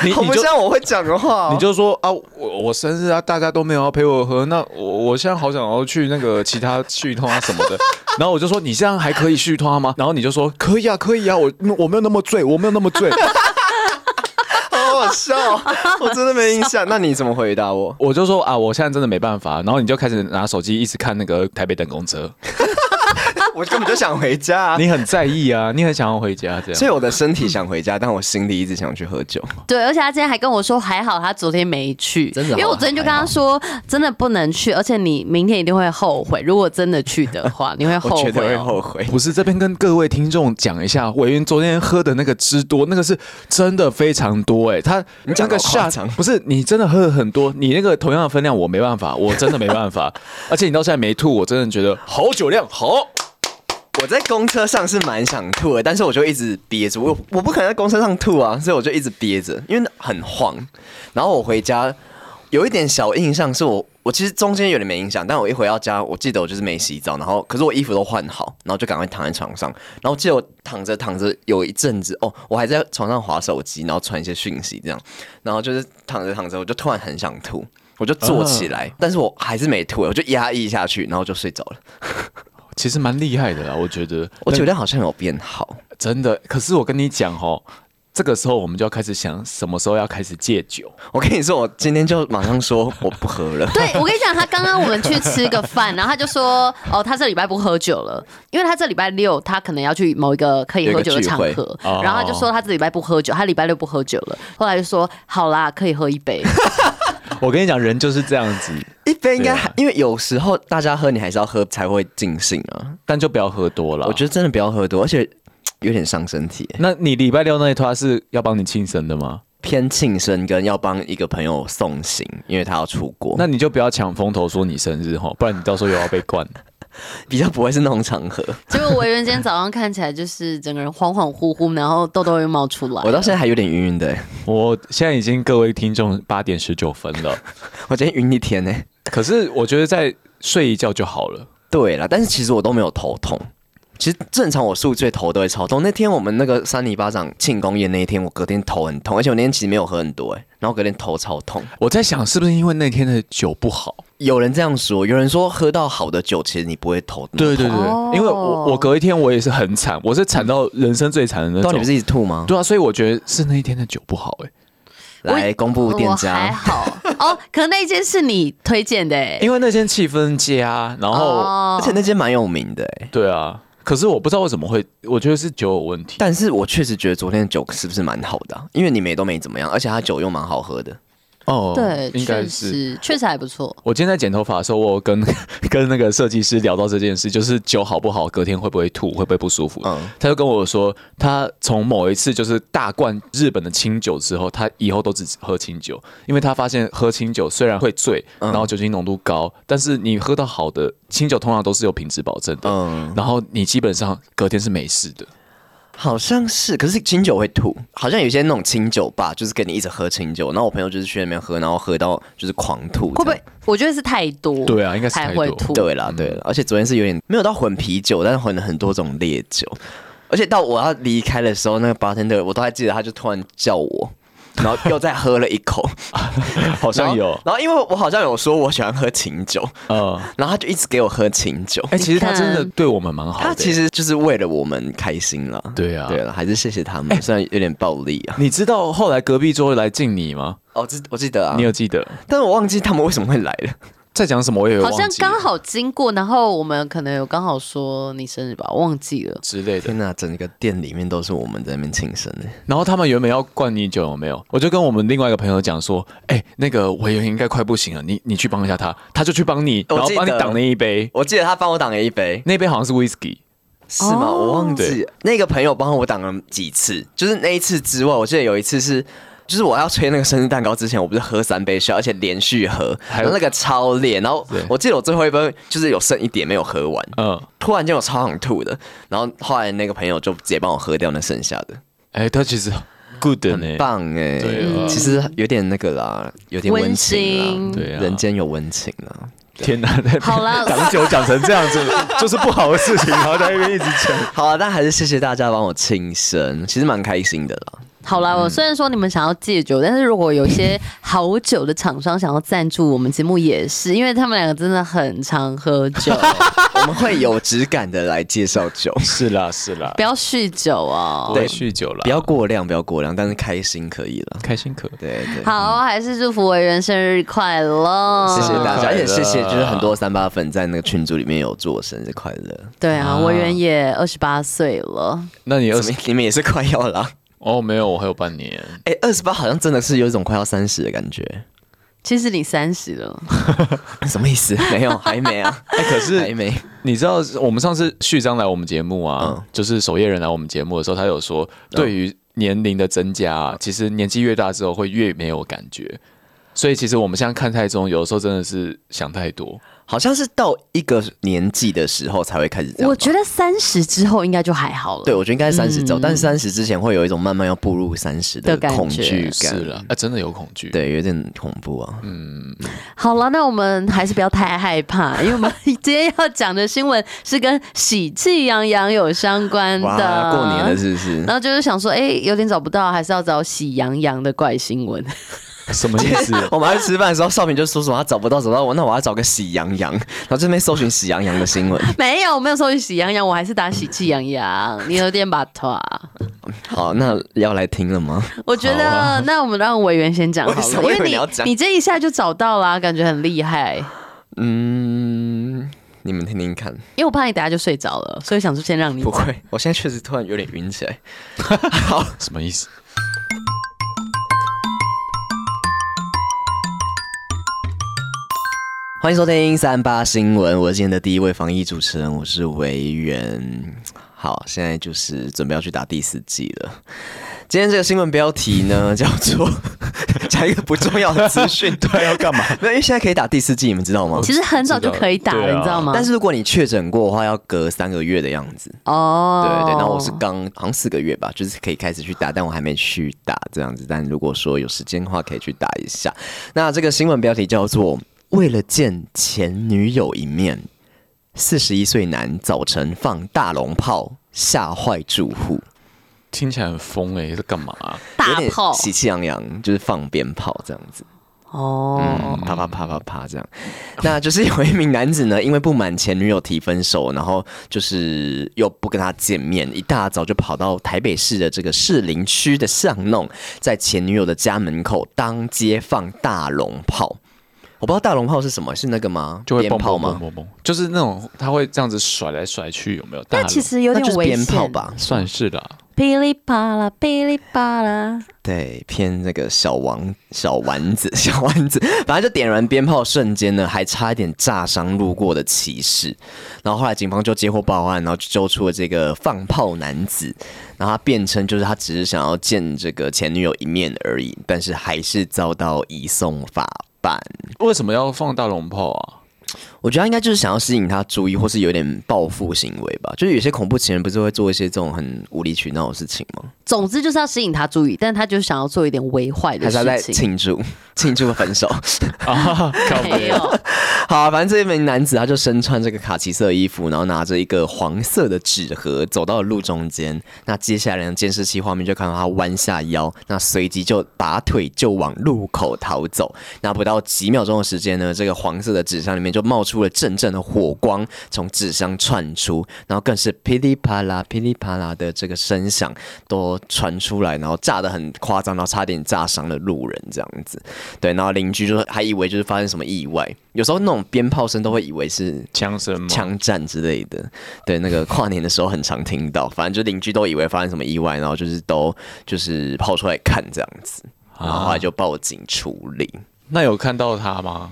S3: 你
S2: 好
S3: 你
S2: 不
S3: 就
S2: 像我会讲的话、哦。
S3: 你就说啊，我我生日啊，大家都没有要陪我喝，那我我现在好想要去那个其他续通啊什么的。然后我就说你这样还可以续通啊吗？然后你就说可以啊，可以啊，我我没有那么醉，我没有那么醉。
S2: 好好笑哦、我真的没印象。那你怎么回答我？
S3: 我就说啊，我现在真的没办法。然后你就开始拿手机一直看那个台北等公车，
S2: 我根本就想回家、啊。
S3: 你很在意啊，你很想要回家这
S2: 所
S3: 样。
S2: 以我的身体想回家，但我心里一直想去喝酒。
S1: 对，而且他今天还跟我说，还好他昨天没去，
S2: 真的
S1: 因为
S2: 哦
S1: 我昨天就跟他说，真的不能去，而且你明天一定会后悔，如果真的去的话，你会
S2: 我
S1: 后
S2: 绝对
S1: 悔
S2: 会
S1: 哦。。
S2: 后悔。
S3: 不是这边跟各位听众讲一下，委员昨天喝的那个汁多，那个是真的非常多哎、他
S2: 你讲
S3: 那
S2: 得
S3: 个
S2: 好夸
S3: 下
S2: 张
S3: 不是你真的喝了很多，你那个同样的分量我没办法，我真的没办法，而且你到现在没吐，我真的觉得好酒量好。
S2: 我在公车上是蛮想吐的，但是我就一直憋着，我我不可能在公车上吐啊，所以我就一直憋着，因为很晃。然后我回家有一点小印象，是我我其实中间有点没印象，但我一回到家，我记得我就是没洗澡，然后可是我衣服都换好，然后就赶快躺在床上，然后记得我躺着躺着有一阵子哦，我还在床上划手机，然后传一些讯息这样，然后就是躺着躺着我就突然很想吐。我就坐起来，但是我还是没吐，我就压抑下去，然后就睡着了。
S3: 其实蛮厉害的啦，我觉得，
S2: 我酒量好像有变好，
S3: 但真的。可是我跟你讲哦，这个时候我们就要开始想什么时候要开始戒酒。
S2: 我跟你说，我今天就马上说我不喝了
S1: 对，啊我跟你讲，他刚刚我们去吃个饭，然后他就说，哦，他这礼拜不喝酒了，因为他这礼拜六他可能要去某一个可以喝酒的场
S2: 有一个
S1: 合，然后他就说他这礼拜不喝酒，他礼拜六不喝酒了，后来就说，好啦，可以喝一 杯，
S3: 我跟你讲，人就是这样子，
S2: 一杯应该
S3: 对
S2: 还，因为有时候大家喝，你还是要喝才会尽兴啊。
S3: 但就不要喝多了。
S2: 我觉得真的不要喝多，而且有点伤身体。
S3: 那你礼拜六那一套是要帮你庆生的吗？
S2: 偏庆生跟要帮一个朋友送行，因为他要出国，那
S3: 那你就不要抢风头说你生日哈，不然你到时候又要被 灌。
S2: 比较不会是那种场合。
S1: 结果维园今天早上看起来就是整个人恍恍惚惚，然后痘痘又冒出来
S2: 我，到现在还有点晕晕的欸、
S3: 我现在已经各位听众八点十九分 了，
S2: 我今天晕一天呢、欸
S3: 可是我觉得再睡一觉就好了。
S2: 对啦，但是其实我都没有头痛。其实正常我宿醉头都会超痛。那天我们那个三里巴掌庆功宴那一天，我隔天头很痛，而且我那天其实没有喝很多、欸，然后隔天头超痛。
S3: 我在想是不是因为那天的酒不好？
S2: 有人这样说，有人说喝到好的酒，其实你不会头那么痛。
S1: 对哦
S3: 因为我我隔一天我也是很惨，我是惨到人生最惨的那
S2: 到你
S3: 种
S2: 不。是一直吐吗？
S3: 对啊，所以我觉得是那一天的酒不好哎、
S1: 我
S2: 来公布店
S1: 我还
S2: 家，
S1: 好哦，可那一间是你推荐的、欸，
S3: 因为那天气氛佳，然后、
S1: 哦
S2: 而且那间蛮有名的、欸，
S3: 对啊，可是我不知道为什么会，我觉得是酒有问题。
S2: 但是我确实觉得昨天的酒是不是蛮好的啊、因为你们也都没怎么样，而且它酒又蛮好喝的。
S3: 哦
S1: 对，
S3: 应该
S1: 确
S3: 是。
S1: 实确实还不错。
S3: 我今天在剪头发的时候，我有跟 跟那个设计师聊到这件事，就是酒好不好，隔天会不会吐，会不会不舒服。
S2: 嗯
S3: 他就跟我说，他从某一次就是大灌日本的清酒之后，他以后都只喝清酒，因为他发现喝清酒虽然会醉，
S2: 嗯
S3: 然后酒精浓度高，但是你喝到好的清酒，通常都是有品质保证的，
S2: 嗯，
S3: 然后你基本上隔天是没事的。
S2: 好像是，可是清酒会吐，好像有些那种清酒吧，就是跟你一直喝清酒，然后我朋友就是去那边喝，然后喝到就是狂吐，
S1: 会不会？？我觉得是太多，
S3: 对啊应该是
S1: 才
S3: 太
S1: 会
S3: 多
S1: 吐。
S2: 对啦，对啦，而且昨天是有点没有到混啤酒，但是混了很多种烈酒，而且到我要离开的时候，那个 bartender 我都还记得，他就突然叫我。然后又再喝了一 口，
S3: 好像有
S2: 然后。然后因为我好像有说我喜欢喝清酒，
S3: 呃，
S2: 然后他就一直给我喝清酒。
S3: 哎、其实他
S1: 你看
S3: 真的对我们蛮好的、欸
S2: 他其实就是为了我们开心了。
S3: 对啊
S2: 对了，还是谢谢他 们，虽然有点暴力啊。
S3: 你知道后来隔壁桌来敬你吗？
S2: 哦，记我记得啊，
S3: 你有记得
S2: 但是我忘记他们为什么会来了。
S3: 在讲什么？我也有
S1: 好像
S3: 忘记了
S1: 刚好经过，然后我们可能有刚好说你生日吧，忘记了。
S3: 之类的。
S2: 天哪，整个店里面都是我们在那边庆生的。
S3: 然后他们原本要灌你酒，有没有？我就跟我们另外一个朋友讲说，哎、那个委员应该快不行了，你你去帮一下他，他就去帮你，
S2: 我
S3: 然后
S2: 记
S3: 帮你
S2: 得
S3: 挡那一杯，
S2: 我记得他帮我挡了一杯，
S3: 那杯好像是 whisky，
S2: 是吗？
S1: 哦
S2: 我忘记那个朋友帮我挡了几次，就是那一次之外，我记得有一次是。就是我要吹那个生日蛋糕之前，我不是喝三杯 shot，而且连续喝，
S3: 还
S2: 然
S3: 有
S2: 后那个超烈，然后
S3: 对
S2: 我记得我最后一杯就是有剩一点没有喝完，
S3: 嗯，
S2: 突然间我超想吐的，然后后来那个朋友就直接帮我喝掉那剩下的，
S3: 哎、他其实 good 呢
S2: 很，棒哎、
S3: 对啊
S2: 其实有点那个啦，有点温情啦，
S1: 温馨
S3: 对啊
S2: 人间有温情啦。
S3: 天哪，在
S1: 好啦
S3: 挡酒讲成这样子，就是不好的事情，然后在那边一直讲。
S2: 好啊，但还是谢谢大家帮我庆生，其实蛮开心的 啦。
S1: 好啦，
S3: 嗯
S1: 我虽然说你们想要戒酒，但是如果有一些好酒的厂商想要赞助我们节目，也是因为他们两个真的很常喝 酒，
S2: 我们会有质感的来介绍酒，
S3: 是啦是啦
S1: 不，要酗酒哦。
S3: 对酗酒了，
S2: 不要过量，不要过量，但是开心可以了。
S3: 开心可以。
S2: 对对，
S1: 好，还是祝福维人生日快乐！
S2: 谢谢大
S3: 生日快乐
S2: 家，而且谢谢就是很多三八粉在那个群组里面有祝我生日快乐。
S1: 对啊，
S3: 啊
S1: 维人也二十八岁了，
S3: 那你二
S2: 怎
S3: 十
S2: 么你们也是快要啦？
S3: 哦没有，我还有半年。
S2: 哎，二十八好像真的是有一种快要三十的感觉，
S1: 其实你三十了。
S2: 什么意思？没 有，还没啊，
S3: 哎、可是
S2: 还没。
S3: 你知道我们上次序章来我们节目啊，
S2: 嗯
S3: 就是守夜人来我们节目的时候，他有说，对于年龄的增加啊，其实年纪越大之后会越没有感觉。所以其实我们现在看太重，有的时候真的是想太多。
S2: 好像是到一个年纪的时候才会开始这样吧。
S1: 我觉得三十之后应该就还好了。
S2: 对，我觉得应该三十走，但是三十之前会有一种慢慢要步入三十
S1: 的感觉
S2: 恐惧
S3: 是
S2: 感，
S3: 了，啊，真的有恐惧。，
S2: 对，有点恐怖啊。
S1: 好了，那我们还是不要太害 怕，因为我们今天要讲的新闻是跟喜气洋洋有相关的。
S2: 哇，过年了。是不是？
S1: 然后就是想说，哎、有点找不到，还是要找喜羊羊的怪新 闻。
S3: 什么意思？
S2: 我们在吃饭的时候，少平就说什么他找不到，找不到我，那我要找个喜羊羊，然后这边搜寻喜羊羊的新 闻。
S1: 没有，我没有搜去喜羊羊，我还是打喜气洋洋。你有点把头啊。
S2: 好，那要来听了吗？
S1: 我觉得，那我们让委员先讲好
S2: 为什
S1: 了，
S2: 么
S1: 因
S2: 啊我以为
S1: 为
S2: 你要
S1: 你
S2: 讲
S1: 你这一下就找到啦、感觉很厉害。
S2: 嗯，你们听听看。
S1: 因为我怕你等下就睡着了，所以想说先让你
S2: 不会，我现在确实突然有点晕起来。
S3: 什么意思？
S2: 欢迎收听三八新闻，我是今天的第一位防疫主持人，我是维园。好，现在就是准备要去打第四季了。今天这个新闻标题 呢，叫做 讲一个不重要的资讯。
S3: 对，要干嘛？
S2: 没有，因为现在可以打第四季，你们知道吗？
S1: 其实很早就可以打
S3: 知道
S1: 了，你知道吗？
S2: 但是如果你确诊过的话，要隔三个月的样子。
S1: 哦
S2: 对，对，然后我是刚好像四个月吧，就是可以开始去打，但我还没去打这样子。但如果说有时间的话，可以去打一下。那这个新闻标题叫做“为了见前女友一面，四十一岁男早晨放大龙炮吓坏住户
S3: 听起来很疯哎、欸，这干嘛啊、”，
S2: 有
S1: 大
S2: 点
S1: 炮
S2: 喜气洋洋，就是放鞭炮这样子。
S1: 哦，
S2: 嗯啪啪啪啪啪这样。 那就是有一名男子呢，因为不满前女友提分手，然后就是又不跟她见面，一大早就跑到台北市的这个士林区的巷弄，在前女友的家门口当街放大龙炮。我不知道大龙炮是什么，是那个吗？
S3: 就会
S2: 鞭
S3: 蹦
S2: 炮
S3: 蹦
S2: 吗
S3: 蹦？蹦蹦，就是那种它会这样子甩来甩去，有没有？
S1: 那
S3: 大
S1: 其
S3: 龙
S1: 实有
S2: 那就
S1: 点
S2: 是
S1: 危
S2: 鞭
S1: 险
S2: 炮？吧？
S3: 算是啦、
S1: 噼里啪啦，噼里啪啦，
S2: 对，偏那个小王小丸子， 小丸子，反正就点燃鞭炮瞬间呢，还差一点炸伤路过的骑士。然后后来警方就接获报案，然后就揪出了这个放炮男子。然后他辩称就是他只是想要见这个前女友一面而已，但是还是遭到移送法办。
S3: 为什么要放大龙炮啊？
S2: 我觉得他应该就是想要吸引他注意，或是有点报复行为吧。就是有些恐怖情人不是会做一些这种很无理取闹的事情吗？
S1: 总之就是要吸引他注意，但他就想要做一点为坏的
S2: 还是他在
S1: 事情。
S2: 庆祝 庆祝分手？
S3: 靠
S1: 没有，
S2: 好、啊，反正这名男子他就身穿这个卡其色的衣服，然后拿着一个黄色的纸盒走到了路中间。那接下来呢，监视器画面就看到他弯下腰，那随即就拔腿就往路口逃走。那不到几秒钟的时间呢，这个黄色的纸箱里面就冒出了阵阵的火光，从纸箱窜出，然后更是噼里啪啦、噼里啪啦的这个声响都传出来，然后炸得很夸张，然后差点炸伤了路人这样子。对，然后邻居就还以为就是发生什么意外，有时候那种鞭炮声都会以为是
S3: 枪声嗯吗？
S2: 枪战之类的。对，那个跨年的时候很常听到，反正就邻居都以为发生什么意外，然后就是都就是跑出来看这样子，
S3: 啊
S2: 然后后来就报警处理。
S3: 那有看到他吗？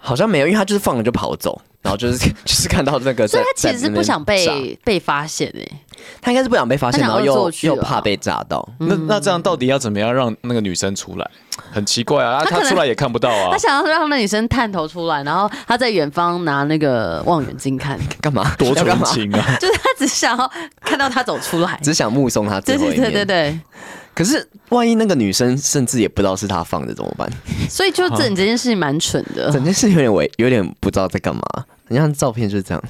S2: 好像没有，因为他就是放了就跑走。然后就是 就是看到那个
S1: 所
S2: 在，
S1: 以他其实
S2: 在
S1: 是
S2: 那边
S1: 不想
S2: 炸
S1: 被被发现欸诶、
S2: 他应该是不想被发现，
S1: 他
S2: 然
S1: 想
S2: 后
S1: 恶作
S2: 又
S1: 剧
S2: 又
S1: 了
S2: 怕被炸到。
S3: 那
S1: 嗯
S3: 那这样到底要怎么样让那个女生出来？很奇怪啊，
S1: 可
S3: 她
S1: 能
S3: 出来也看不到
S2: 哦
S3: 啊
S1: 他，想要让那女生探头出来，然后他在远方拿那个望远镜 看，
S2: 干嘛？
S3: 多
S2: 要干
S3: 纯
S2: 嘛？
S3: 情啊！
S1: 就是他只想要看到他走出来。
S2: 只想目送他最
S1: 对
S2: 后一
S1: 对
S2: 面。
S1: 对对对，
S2: 可是万一那个女生甚至也不知道是他放的怎么办？
S1: 所以就这你这件事情蛮蠢的。
S2: 整件事有点违，有点不知道在干嘛。你看照片就是这样，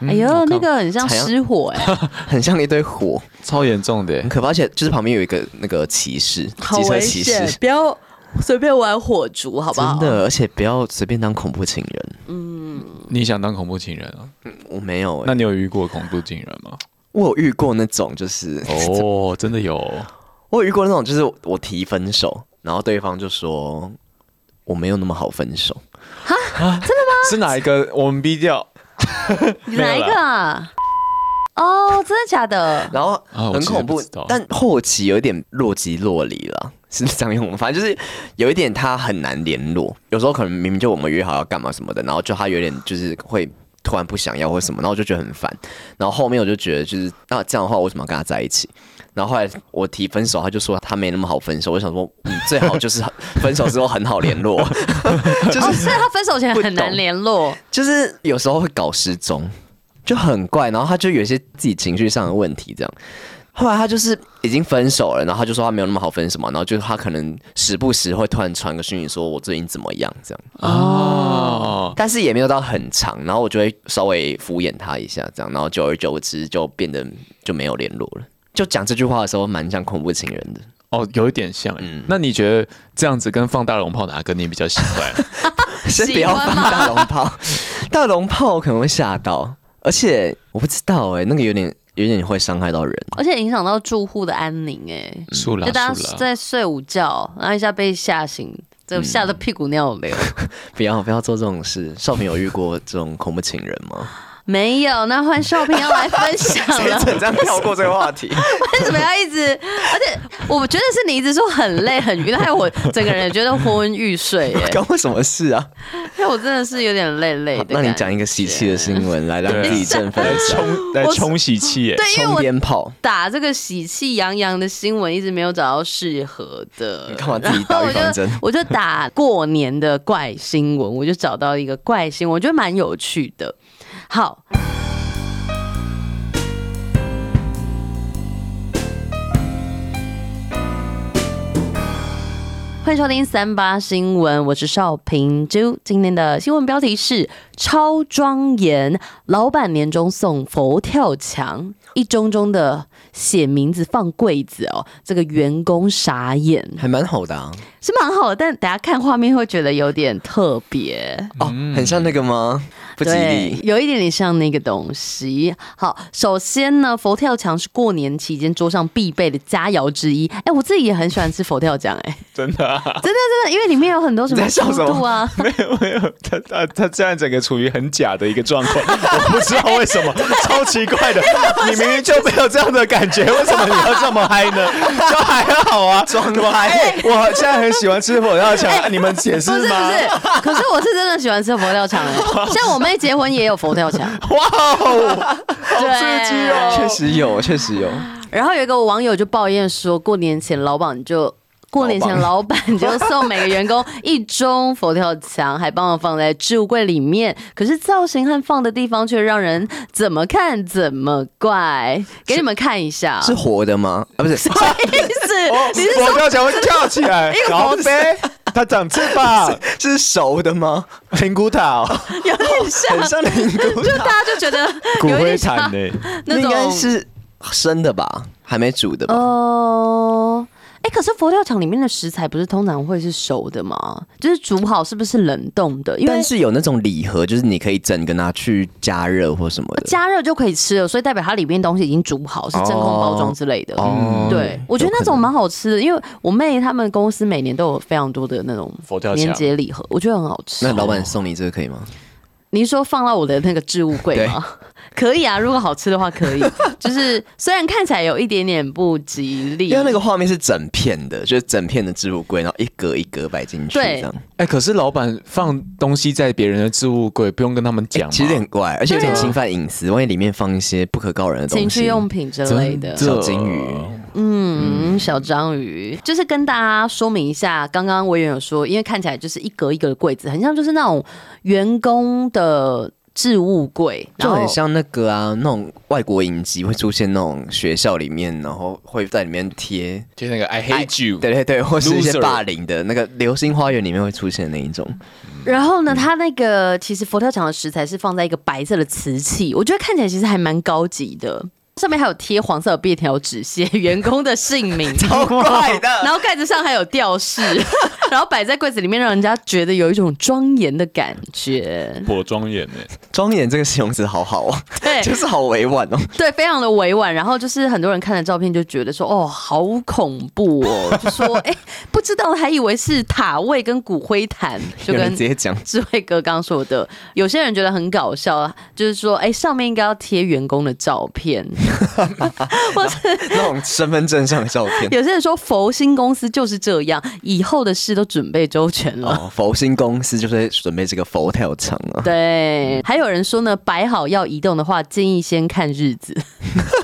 S1: 哎呦，
S3: 嗯我
S1: 那
S3: 靠
S1: 个很像失火哎、
S2: 很像一堆火，
S3: 超严重的
S2: 很
S1: 嗯
S3: 欸，
S2: 可怕。而且就是旁边有一个那个骑士，
S1: 好
S2: 机车
S1: 危
S2: 骑士，
S1: 险，不要随便玩火烛，好不好？
S2: 真的，而且不要随便当恐怖情人。
S3: 你想当恐怖情人啊？
S2: 我没有、欸，
S3: 那你有遇过恐怖情人 吗？
S2: 我有遇过那种，就是、
S3: 哦，真的有，
S2: 我有遇过那种，就是我提分手，然后对方就说我没有那么好分手。
S3: 是哪一个？我们逼掉
S1: 你哪一个啊？哦，真的假的？
S2: 然后
S3: 啊我
S2: 很
S3: 其实
S2: 恐怖，
S3: 不知道
S2: 但后期有点若即若离了，是这样用吗？反正就是有一点他很难联络，有时候可能明明就我们约好要干嘛什么的，然后就他有点就是会突然不想要或什么，然后我就觉得很烦。然后后面我就觉得就是那这样的话，我为什么要跟他在一起？然后后来我提分手，他就说他没那么好分手。我想说，你最好就是 分手之后很好联络， 就是
S3: 啊
S1: 哦， 所以他分手前
S2: 不
S1: 很难
S2: 懂
S1: 联络。
S2: 就是有时候会搞失踪，就很怪，然后他就有一些自己情绪上的问题这样。后来他就是已经分手了，然后他就说他没有那么好分手嘛，然后就是他可能时不时会突然传个讯息说我最近怎么样这样，
S3: 哦，
S2: 但是也没有到很长，然后我就会稍微敷衍他一下这样，然后久而久之就变得就没有联络了。就讲这句话的时候，蛮像恐怖情人的。
S3: 哦，有一点像欸。
S1: 嗯
S3: 那你觉得这样子跟放大龙炮哪个你比较喜欢？
S1: 嗯
S2: 先不
S1: 喜
S2: 要
S1: 欢
S2: 放
S1: 吗
S2: 大龙炮， 大龙炮我可能会吓到，而且我不知道哎、那个有点有点会伤害到人。
S1: 而且影响到住户的安宁哎、
S2: 嗯
S3: 输啦
S1: 就大家
S3: 输啦，
S1: 在睡午觉，然后一下被吓醒，就
S2: 嗯
S1: 吓得屁股尿流。
S2: 不要不要做这种事。少平有遇过这种恐怖情人 吗？
S1: 没有，那换少平要来分享了。
S2: 这样跳过这个话 题？
S1: 为什么要一直？而且我觉得是你一直说很累很晕，害我整个人也觉得昏昏欲睡耶。
S2: 关 我什么事啊？
S1: 因为我真的是有点累累的。
S2: 那你讲。一个喜气的新闻来让
S3: 对
S2: 自己振奋一 下。
S3: 冲来冲洗器耶，
S1: 对，因为
S2: 冲
S1: 我
S2: 鞭炮，
S1: 打这个喜气洋洋的新闻，一直没有找到适合的。
S2: 干嘛自己
S1: 然
S2: 打
S1: 后
S2: 预
S1: 我
S2: 防针
S1: 就？我就 打过年的怪新闻，我就找到一个怪新闻，我觉得蛮有趣的。好，欢迎收听三八新闻，我是邵平珠。今天的新闻标题是：超庄严，老板年终送佛跳墙，一盅盅的写名字放柜子哦，这个员工傻眼，
S2: 还蛮好的啊。
S1: 是蛮好的，但等下看画面会觉得有点特别。
S2: 哦，很像那个吗？不吉
S1: 对，
S2: 利。
S1: 有一点点像那个东西。好，首先呢，佛跳墙是过年期间桌上必备的佳肴之一。哎、我自己也很喜欢吃佛跳墙、 哎，
S3: 真的、啊。
S1: 真的真的，因为里面有很多什
S2: 你
S1: 么
S2: 在笑什么
S1: 猪肚 啊，
S3: 没有没有， 他他他这样整个处于很假的一个状况，我不知道为什么，超奇怪的。你明明就没有这样的感觉，为什么你要这么嗨呢？就还好 啊，装的
S2: 哎
S3: 嗨。我现在很喜欢吃火药
S1: 哎
S3: 强，你们解释
S1: 不是不
S3: 吗？
S1: 是，可是我是真的喜欢吃佛跳墙、 哎，像我妹结婚也有佛跳墙，
S3: 哇哦，
S1: 对，
S2: 哦确实有，确实有。
S1: 然后有一个网友就抱怨说，过年前老板就。过年前，老板就送每个员工一盅佛跳墙，还帮我放在置物柜里面。可是造型和放的地方却让人怎么看怎么怪。给你们看一下，
S2: 是活的吗？啊，不 是，
S1: 不好意思， 你是
S3: 火
S1: 说
S3: 药强会跳起来，然后呗，它长翅膀，
S2: 是熟的 吗？
S3: 灵骨塔，哦
S1: 有点像，
S2: 很像灵骨
S1: 就大家就觉得
S3: 骨
S1: 有一
S3: 灰
S1: 点像
S3: 坛呢？
S1: 那
S2: 应该
S1: 种
S2: 是生的吧，还没煮的吧？
S1: 哦，哎、可是佛跳墙里面的食材不是通常会是熟的吗？就是煮好是不是冷冻的？因为
S2: 但是有那种礼盒，就是你可以整个拿去加热或什么
S1: 呃
S2: 的。
S1: 加热就可以吃了，所以代表它里面东西已经煮好，是真空包装之类的。嗯
S2: 哦
S1: 对，我觉得那种蛮好吃的，因为我妹她们公司每年都有非常多的那种
S3: 佛跳墙
S1: 年节礼盒，我觉得很好吃
S2: 那。老板送你这个可以吗？
S1: 你是说放到我的那个置物柜吗？ 可以啊，如果好吃的话可以。就是虽然看起来有一点点不吉利，
S2: 因为那个画面是整片的，就是整片的置物柜，然后一格一格摆进去
S1: 对
S2: 这样，
S3: 哎，可是老板放东西在别人的置物柜，不用跟他们讲吗，
S2: 其实有点怪，而且有点侵犯隐私。万一里面放一些不可告人的东西，
S1: 啊情趣用品之类的。
S2: 小金鱼，
S1: 嗯，小章鱼就是跟大家说明一下，刚刚委员有说，因为看起来就是一格一格的柜子，很像就是那种员工的置物柜，然
S2: 就
S1: 后
S2: 很像那个啊，那种外国影集会出现那种学校里面，然后会在里面贴。
S3: 就那个 I hate you，
S2: 对对对，或是一些
S3: Loser
S2: 霸凌的那个《流星花园》里面会出现的那一种，
S1: 然后
S2: 嗯
S1: 呢，它那个其实佛跳墙的食材是放在一个白色的瓷器，我觉得看起来其实还蛮高级的。上面还有贴黄色的便条纸，写员工的姓名，
S2: 超怪的
S1: 然后盖子上还有吊饰， 然后摆在柜子里面，让人家觉得有一种庄严的感觉。
S3: 我庄严呢。
S2: 庄严这个形容词好好哦，
S1: 对，
S2: 就是好委婉哦。
S1: 对，非常的委婉。然后就是很多人看了照片就觉得说，哦，好恐怖哦，就说，哎、不知道，还以为是塔位跟骨灰坛，就
S2: 有人
S1: 跟
S2: 直。接讲，
S1: 智慧哥刚说的，有些人觉得很搞笑，就是说，哎、上面应该要贴员工的照片。
S2: 那种身份证上的照片。
S1: 有些人说，佛心公司就是这样，以后的事都准备周全了。
S2: 哦，佛心公司就是在准备这个佛跳墙啊。
S1: 对，还有人说呢，摆好要移动的话，建议先看日子。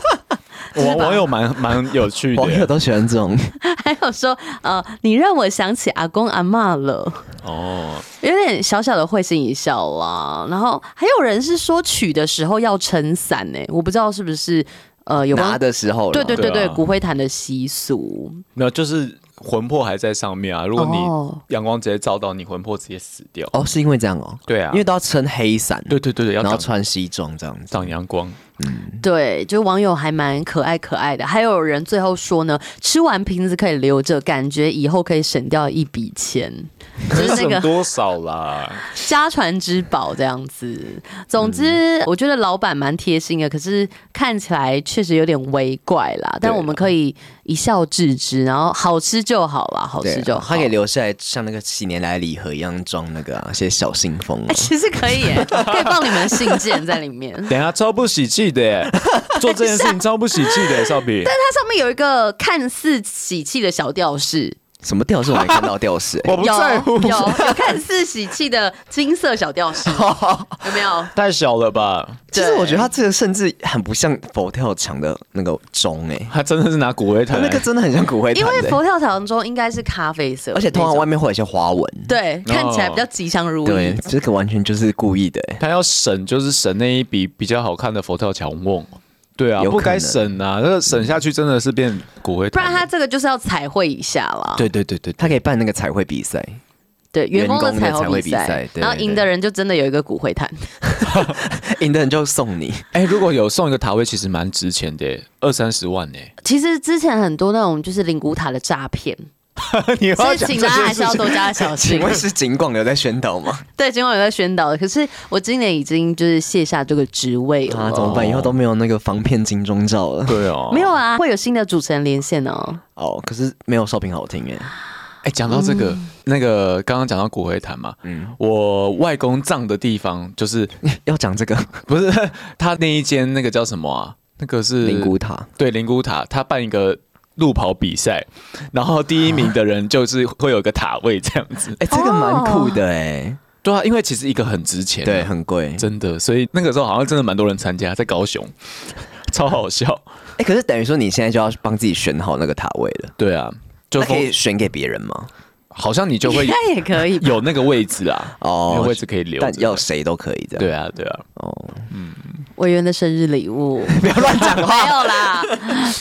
S3: 网网友蛮蛮有趣的
S2: 网友
S3: 耶
S2: 都喜欢这种，
S1: 还有说，呃，你让我想起阿公阿嬷了。
S3: 哦，
S1: 有点小小的会心一笑啦。然后还有人是说取的时候要撑伞呢、我不知道是不是呃有
S2: 拿
S1: 关。
S2: 的时候啦
S1: 对对对
S3: 对
S1: 对，
S3: 啊
S1: 骨灰坛的习俗
S3: 没有，就是魂魄还在上面啊。如果
S1: 哦
S3: 你阳光直接照到，你魂魄直接死掉。
S2: 哦，是因为这样哦，
S3: 对啊
S2: 因为都要撑黑伞，
S3: 对对对对，要
S2: 然后
S3: 长
S2: 穿西装这样子。
S3: 长阳光，
S1: 对，就网友还蛮可爱可爱的。还有人最后说呢，吃完瓶子可以留着，感觉以后可以省掉一笔钱，就是那
S3: 省
S1: 个
S3: 多少啦？
S1: 家传之宝这样子。总
S2: 嗯
S1: 之，我觉得老板蛮贴心的，可是看起来确实有点微怪啦。但
S2: 对啊
S1: 我们可以一笑置之，然后好吃就好啦，好
S2: 对
S1: 吃就
S2: 啊，
S1: 哦好。
S2: 他给留下来，像那个喜年来礼盒一样装那个啊，写小信封
S1: 哎、
S2: 啊。
S1: 其实可以 耶，可以放你们的信件在里面。
S3: 等一下超不喜气的 耶，做这件事情超不喜气的耶，少比。
S1: 它上面有一个看似喜气的小吊饰，
S2: 什么吊饰我没看到吊 饰，哎
S3: 我不
S1: 有
S3: 在乎，
S1: 有有看似喜气的金色小吊 饰，有没有？
S3: 太小了吧？
S2: 其实我觉得他这个甚至很不像佛跳墙的那个钟，哎，
S3: 他真的是拿骨灰
S2: 他
S3: 坛来
S2: 那个真的很像骨灰
S1: 因
S2: 坛
S1: 为
S2: 的，
S1: 佛跳墙中应该是咖啡色，
S2: 而且通常外面会有一些花纹。
S1: 对看起来比较吉祥如意。
S2: 对，这个完全就是故意的，哎
S3: 他要省就是省那一笔比较好看的佛跳墙瓮。对啊，
S2: 有可能
S3: 不该省啊，那个省下去真的是变骨灰
S1: 不然
S3: 坛了。
S1: 他这个就是要彩绘一下啦。
S2: 对对对对，他可以办那个彩绘比赛，
S1: 对员工的
S2: 员工的
S1: 彩
S2: 彩
S1: 虹
S2: 绘
S1: 比
S2: 比
S1: 赛
S2: 赛，对
S1: 然后赢的人就真的有一个骨灰坛，
S2: 赢的人就送你。
S3: 哎、如果有送一个塔位，其实蛮值钱的耶，二三十万呢。
S1: 其实之前很多那种就是灵骨塔的诈骗，
S2: 你要
S1: 所以
S2: 哦讲
S1: 请
S2: 这
S1: 大家
S2: 件
S1: 还是要
S2: 事情
S1: 多加小心
S2: 请。问是警广有在宣导吗？
S1: 对，尽管有在宣导的，可是我今年已经就是卸下这个职位了。
S2: 啊，怎么办？以后都没有那个防骗金钟罩了。
S3: 对哦
S1: 没有啊，会有新的主持人连线哦。
S2: 哦，可是没有少平好听哎。
S3: 哎、讲到这个，
S1: 嗯
S3: 那个刚刚讲到骨灰坛嘛，嗯，我外公葬的地方就是
S2: 要讲这个
S3: 不是 他那一间那个叫什么啊？那个是
S2: 灵骨塔，
S3: 对灵骨塔，他办一个路跑比赛，然后第一名的人就是会有个塔位这样 子。
S2: 哎、这个蛮酷的哎、
S3: 对啊，因为其实一个很值钱、
S2: 对，，很啊贵。
S3: 真的，所以那个时候好像真的蛮多人参加，在高雄，超好笑。
S2: 哎、可是等于说你现在就要帮自己选好那个塔位了，
S3: 对啊，就
S2: 那可以
S3: 封
S2: 选给别人吗？
S3: 好像你就 会
S1: 应该也可以 吧。
S3: 有那个位置啊，
S2: 哦
S3: 有位置可以留着，
S2: 但要谁都可以这样。
S3: 对啊，对啊，
S2: 哦，
S1: 委员的生日礼物，不要乱讲话。没有啦，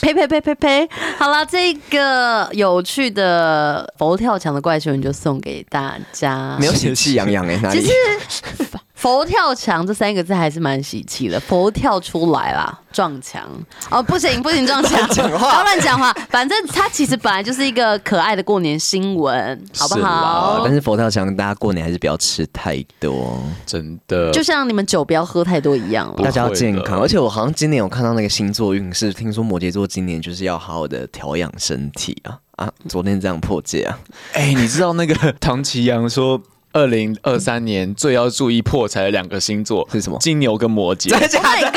S1: 呸呸呸呸呸！好啦，这个有趣的佛跳墙的怪人就送给大家。
S2: 没有喜气洋 洋哎、哪
S1: 其
S2: 里
S1: 实？“佛 跳墙”这三个字还是蛮喜气的，“佛跳出来啦，撞墙”哦，不行不行，撞 墙，
S2: 讲话
S1: 不要乱讲话。反正它其实本来就是一个可爱的过年新闻，好不
S3: 是
S1: 好
S3: 啦？
S2: 啊但是佛跳墙，大家过年还是不要吃太多，
S3: 真的
S1: 就像你们酒不要喝太多一样
S3: 不
S1: 了。
S2: 大家要
S3: 会的
S2: 健康。而且我好像今年有看到那个星座运势，听说摩羯座今年就是要好好的调养身体啊啊！昨天这样破戒啊，
S3: 哎、你知道那个 唐奇阳说，二零二三年最要注意破财的两个星座
S2: 是什么
S3: 金牛跟摩羯，
S1: Oh my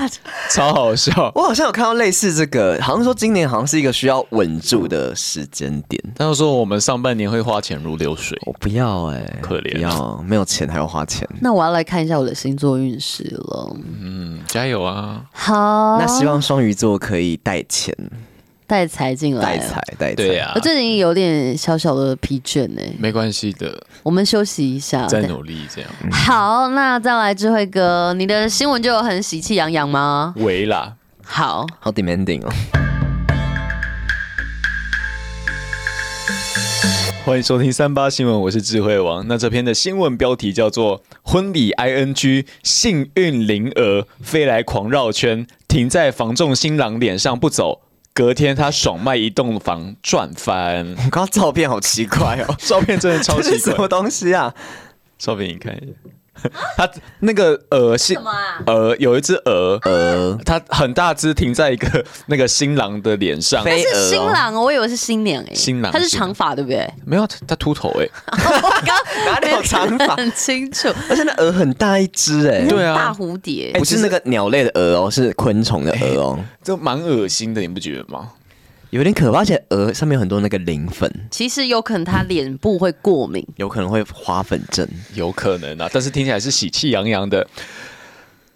S1: god！
S3: 超好笑。
S2: 我好像有看到类似这个，好像说今年好像是一个需要稳住的时间点。
S3: 他就说我们上半年会花钱如流水，
S2: 我不要哎、
S3: 可怜
S2: 不要没有钱还要花钱。
S1: 那我要来看一下我的星座运势了。
S3: 嗯，加油啊！
S1: 好，
S2: 那希望双鱼座可以带钱、
S1: 带财进来。
S2: 带财、啊带财。
S3: 对啊呀、
S1: 我最近有点小小的疲倦呢、
S3: 没关系的，
S1: 我们休息一
S2: 啊
S1: 下。
S3: 再
S1: 对
S3: 努力这样。
S1: 好，那再来智慧哥，你的新闻就有很喜气洋洋吗？
S3: 维啦，
S1: 好，
S2: 好 demanding 哦。
S3: 欢迎收听三八新闻，我是智慧王。那这篇的新闻标题叫做《婚礼 ING 幸运灵儿飞来狂绕圈，停在房仲新郎脸上不走》。隔天，他爽卖一栋房赚翻，，
S2: 我刚刚照片好奇怪哦
S3: 照片真的超奇
S2: 这是什
S3: 怪
S2: 么。东西啊？
S3: 照片你看一下，它那个鹅是
S1: 么啊
S3: 鹅，有一只鹅，鹅，它很大只，停在一个那个新郎的脸上。
S2: 飞蛾
S1: 是
S2: 哦
S1: 新郎哦，我以为是新娘哎、
S3: 新郎
S1: 他是长发对不对？
S3: 没有，它它秃头哎、
S1: 我刚
S2: 哪里有长
S1: 没有看
S2: 发
S1: 得很清楚，
S2: 而且那鹅很大一只哎、
S3: 对啊
S1: 大蝴蝶
S2: 不是那个鸟类的鹅哦，是昆虫的鹅哦，
S3: 这蛮恶心的，你不觉得吗？
S2: 有点可怕。而且鹅上面有很多那个磷粉，
S1: 其实有可能他脸部会过敏。
S2: 有可能会花粉症。
S3: 有可能啊，但是听起来是喜气洋洋的。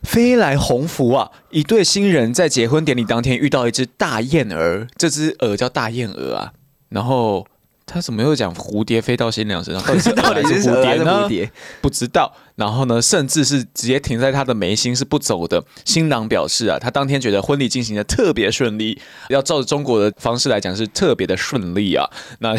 S3: 飞来鸿福啊！一对新人在结婚典礼当天遇到一只大燕儿，这只鹅叫大燕鹅啊。然后他怎么又讲蝴蝶飞到新娘 身上？到底是
S2: 到底
S3: 鹅还
S2: 是
S3: 是
S2: 鹅
S3: 蝴蝶
S2: 还是
S3: 呢？
S2: 蝴蝶？
S3: 不知道。然后呢，甚至是直接停在他的眉心是不走的。新郎表示啊，他当天觉得婚礼进行的特别顺利，要照着中国的方式来讲是特别的顺利啊。那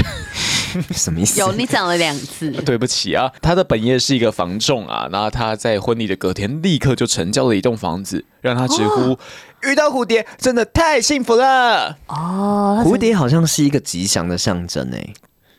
S2: 什么意思？
S1: 有，你讲了两次。
S3: 对不起啊，他的本业是一个房仲啊，然后他在婚礼的隔天立刻就成交了一栋房子，让他直
S2: 哦
S3: 呼、遇到蝴蝶真的太幸福了。
S1: 哦，他是
S2: 蝴蝶好像是一个吉祥的象征哎、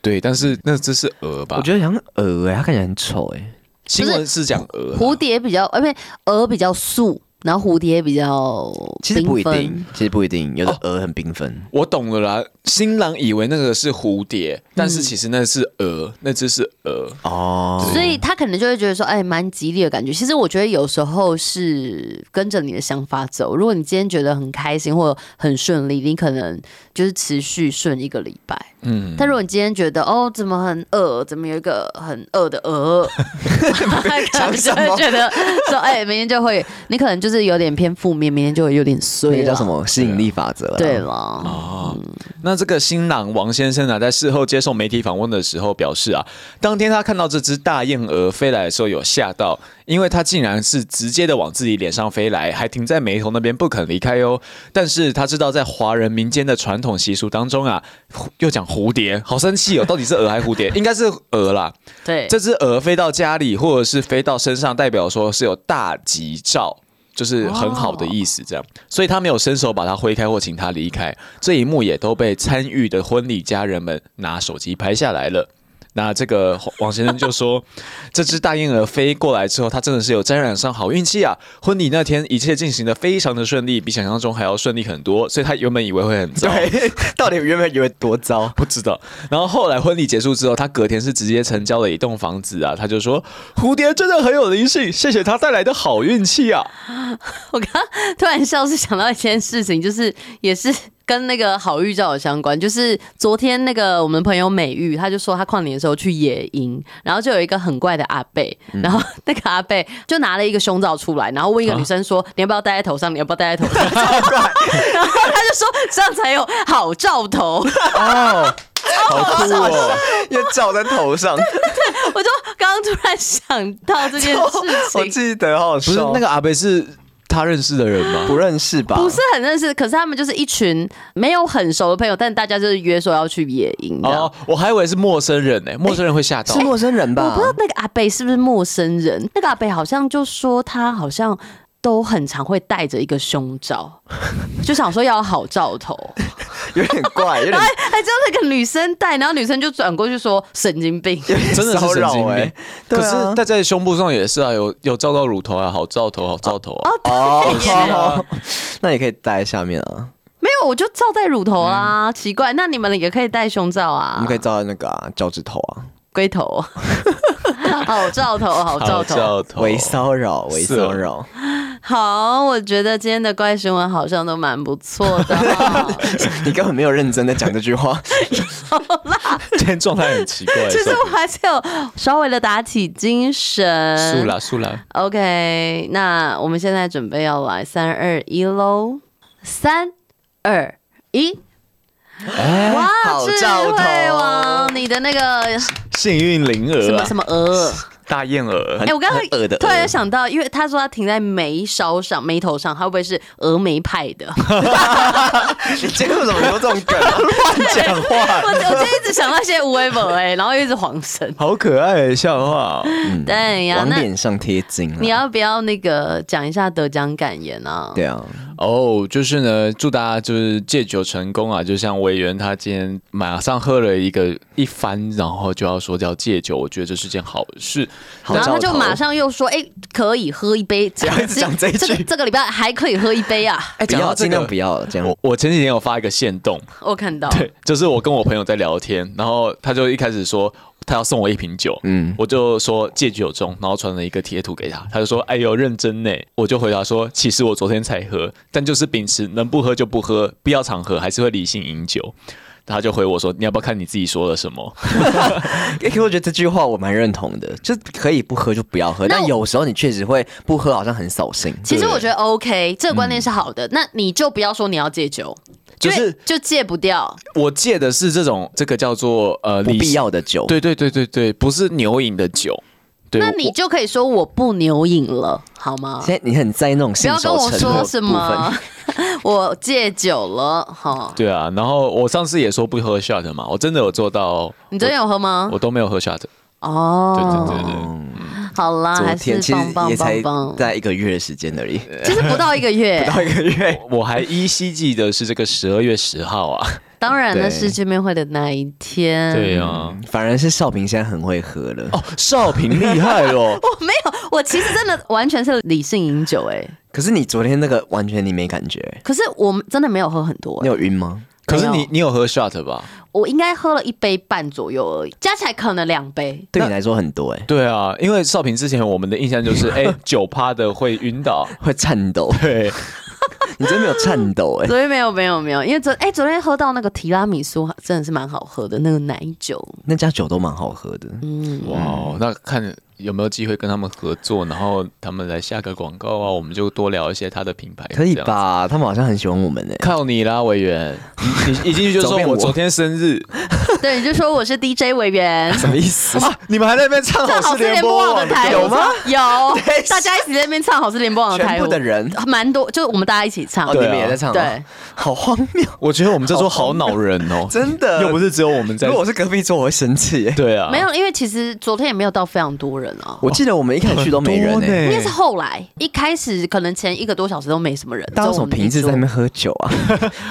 S3: 对，但是那只是鹅吧？
S2: 我觉得像鹅哎、它看起来很丑哎、
S3: 新闻是讲鹅啊、
S1: 蝴蝶比较，呃，不是鹅比较素，然后蝴蝶比较
S2: 其实不一
S1: 缤纷
S2: 定，其实不一定，有的鹅很缤纷。
S3: 我懂了啦，新郎以为那个是蝴蝶，但是其实那是鹅，那只是鹅。
S2: 哦，
S1: 所以他可能就会觉得说，哎，蛮吉利的感觉。其实我觉得有时候是跟着你的想法走。如果你今天觉得很开心或很顺利，你可能就是持续顺一个礼拜。嗯，但如果你今天觉得哦，怎么很饿，怎么有一个 很饿的鹅，他可能就会觉得说，哎，明天就会，你可能就是就是有点偏负面，明天就会有点衰
S2: 那
S1: 了。
S2: 个叫什？么哦吸引力法则啊啦？
S1: 对了，
S3: 那这个新郎王先生呢、在事后接受媒体访问的时候表示啊，当天他看到这只大燕鹅飞来的时候有吓到，因为它竟然是直接的往自己脸上飞来，还停在眉头那边不肯离开哟。但是他知道在华人民间的传统习俗当中啊，蝴又讲蝴蝶，好生气哦，到底是鹅还蝴蝶？应该是鹅啦。
S1: 对，
S3: 这只鹅飞到家里或者是飞到身上，代表说是有大吉兆。就是很好的意思，这样，所以他没有伸手把它挥开或请它离开。这一幕也都被参与的婚礼家人们拿手机拍下来了。那这个王先生就说，这只大燕鹅飞过来之后，它真的是有沾染上好运气啊！婚礼那天一切进行的非常的顺利，比想象中还要顺利很多，所以他原本以为会很糟，
S2: 对，到底原本以为多糟？
S3: 不知道。然后后来婚礼结束之后，他隔天是直接成交了一栋房子啊，他就说蝴蝶真的很有灵性，谢谢他带来的好运气啊。
S1: 我刚刚突然笑是想到一件事情，就是也是跟那个好预兆有相关。就是昨天那个我们朋友美玉，她就说她跨年的时候去野营，然后就有一个很怪的阿贝，
S2: 嗯
S1: 然后那个阿贝就拿了一个胸罩出来，然后问一个女生说：“你要不要戴在头上？你要不要戴在头 上？”然后她就说：“这样才有好兆头。”
S2: 哦，
S3: 好酷
S1: 啊
S3: 哦！
S2: 也罩在头上，
S1: 我就刚刚突然想到这件
S2: 我
S1: 事情。
S2: 记得好好
S3: 不是
S2: 笑。哦
S3: 那个阿北是他认识的人吗？
S2: 不认识吧？
S1: 不是很认识，可是他们就是一群没有很熟的朋友，但大家就是约说要去野营这样。
S3: 哦，我还以为是陌生人呢、哎陌生人会吓到。
S2: 是陌生人
S1: 我
S2: 吧
S1: 不知？道那个阿贝是不是陌生人，那个阿贝好像就说他好像都很常会戴着一个胸罩， 就想说要有好兆 头，
S2: 有点怪，有点
S1: 然后还还叫哎那个女生戴，然后女生就转过去说神经 病。
S2: 有点
S3: 真的是
S2: 骚
S3: 神
S2: 扰
S3: 经病
S2: 欸。对
S3: 可
S2: 啊
S3: 是戴在胸部上也是啊，有有照到乳头啊，好照头，好照头啊。
S2: 哦，
S1: 是啊
S2: 好 那也可以戴在下面啊，
S1: 没有，我就罩戴乳头啊，奇怪，那你们也可以戴胸罩
S2: 我
S1: 啊
S2: 们可，以罩在那个啊脚趾头啊，
S1: 龟头， 好兆 头，好兆
S3: 好
S1: 头。
S3: 照头，
S2: 微骚扰，微
S3: 是哦
S2: 骚扰，
S1: 好，我觉得今天的怪新闻好像都蛮不错的 哦、
S2: 你根本没有认真的讲这句话，
S3: 今天状态很奇 怪。
S1: 其实我还是有稍微的打起精神。
S3: 素啦素啦，
S1: OK，那我们现在准备要来三二一喽，三二一，哇，
S2: 哎好
S1: 智
S2: 兆头
S1: 慧王，你的那个
S3: 幸运灵
S1: 什
S3: 儿
S1: 么
S3: 啊
S1: 什，么鹅，
S3: 大燕鹅
S1: 哎、，我刚刚
S2: 很恶的鹅
S1: 突然想到，因为他说他停在眉梢上、眉头上，他会不会是峨眉派的？
S2: 你今天为什么有这种梗啊？
S3: 讲话
S1: 我我就一直想到一些无为本哎，然后一直晃神。
S3: 好可爱的笑话哦。
S1: 对呀、
S2: 往
S1: 那
S2: 脸上贴金啊，
S1: 你要不要那个讲一下得奖感言啊？
S2: 对啊，
S3: 哦，就是呢，祝大家就是戒酒成功啊！就像委员他今天马上喝了一个一番，然后就要说叫戒酒，我觉得这是件好事。
S2: 好
S1: 然后他
S2: 兆
S1: 就
S2: 头
S1: 马上又说：“哎、可以喝一杯，只要
S2: 一直讲这一句
S1: 个这个礼拜还可以喝一杯啊。
S3: 哎
S2: 不要尽量不要了，这样
S3: 我我前几天有发一个限动，”
S1: 我看到，
S3: 对，就是我跟我朋友在聊天，然后他就一开始说他要送我一瓶酒，
S2: 嗯
S3: 嗯，我就说戒酒中，然后传了一个贴图给他，他就说哎呦认真呢，我就回答说其实我昨天才喝，但就是秉持能不喝就不喝，必要场合还是会理性饮酒。他就回我说：“你要不要看你自己说了什么
S2: 欸可我觉得这句话我蛮认同的，就可以不喝就不要喝，
S1: 那我
S2: 但有时候你确实会不喝，好像很扫兴。
S1: 其实我觉得 OK，这个观念是好
S2: 嗯
S1: 的。那你就不要说你要戒酒，
S3: 就是
S1: 因为就戒不掉。？”
S3: 我戒的是这种，这个叫做呃
S2: 不必。
S3: 理
S2: 要的酒，
S3: 对对对对对，不是牛饮的酒。对，
S1: 那
S3: 我
S1: 你就可以说我不牛饮了，好吗？
S2: 现在你很在意那种
S1: 不
S2: 信
S1: 要跟
S2: 手
S1: 我
S2: 承诺
S1: 说
S2: 的
S1: 什
S2: 部分
S1: 么。 我戒酒了，哈。
S3: 对啊，然后我上次也说不喝 shot 嘛，我真的有做到哦，
S1: 你昨天有喝吗
S3: 我？我都没有喝 shot。对
S1: 啊哦，
S3: 对对对。
S1: 好啦，
S2: 昨
S1: 啊还
S2: 天
S1: 是
S2: 其
S1: 棒
S2: 实
S1: 棒
S2: 也才
S1: 棒棒，
S2: 在一个月的时间而已，
S1: 其实不到一个 月，
S2: 到一个月。
S3: 我还依稀记得是这个十二月十号啊。
S1: 当然那
S2: 对
S1: 是见面会的那一天。。
S3: 啊，
S2: 反而是少平现在很会喝了，
S3: 哦，少平厉害哦
S1: 我没有，我其实真的完全是理性饮酒哎、
S2: 可是你昨天那个完全你没感觉，
S1: 可是我真的没有喝很多、
S2: 你有晕吗？
S3: 可是
S1: 没
S3: 你
S1: 有
S3: 你有喝 shot 吧？
S1: 我应该喝了一杯半左右而已，加起来可能两杯。
S2: 对你来说很多哎，
S3: 对啊，因为少平之前我们的印象 就是，哎、酒趴的会晕倒。
S2: 会颤抖，
S3: 对，
S2: 你真的有颤抖 哎。
S1: 昨天没有没有没有，因为昨哎、昨天喝到那个提拉米苏真的是蛮好喝的那个奶酒， 嗯
S2: 那家酒都蛮好喝的，
S3: 哇哦，那看有没有机会跟他们合作，然后他们来下个广告啊，我们就多聊一些他的品牌，
S2: 可以
S3: 这样子？
S2: 吧？他们好像很喜欢我们哎诶、
S3: 靠你啦，委员！ 你你一进去就
S2: 走
S3: 说
S2: 遍
S3: 我
S2: 我
S3: 昨天生日，
S1: 对，你就说我是 DJ 委 员。
S2: 什么意思？
S3: 啊你们还在那边唱
S1: 唱好
S3: 事
S1: 事联
S3: 联
S1: 播网的台
S2: 有吗？
S1: 有，
S2: 对
S1: 大家一起在那边唱好事联播网的台
S2: 全
S1: 舞
S2: 部的人
S1: 蛮多，就我们大家一起唱。
S2: 哦，你
S3: 对啊
S2: 们也在唱、啊，
S1: 对，
S2: 好荒谬，
S3: 我觉得我们这桌好恼人 哦，
S2: 真的。
S3: 又不是只有我们在
S2: 如果，我是隔壁桌，我会生气、欸。
S3: 对啊，
S1: 没有，因为其实昨天也没有到非常多人啊。
S2: 我记得我们一开始去都没人哎
S3: 很
S2: 诶、
S3: 多呢
S1: 应该是后来，一开始可能前一个多小时都没什么人。
S2: 大家为
S1: 只
S2: 什
S1: 有我
S2: 么
S1: 们
S2: 平时
S1: 一桌
S2: 在那边喝酒 啊？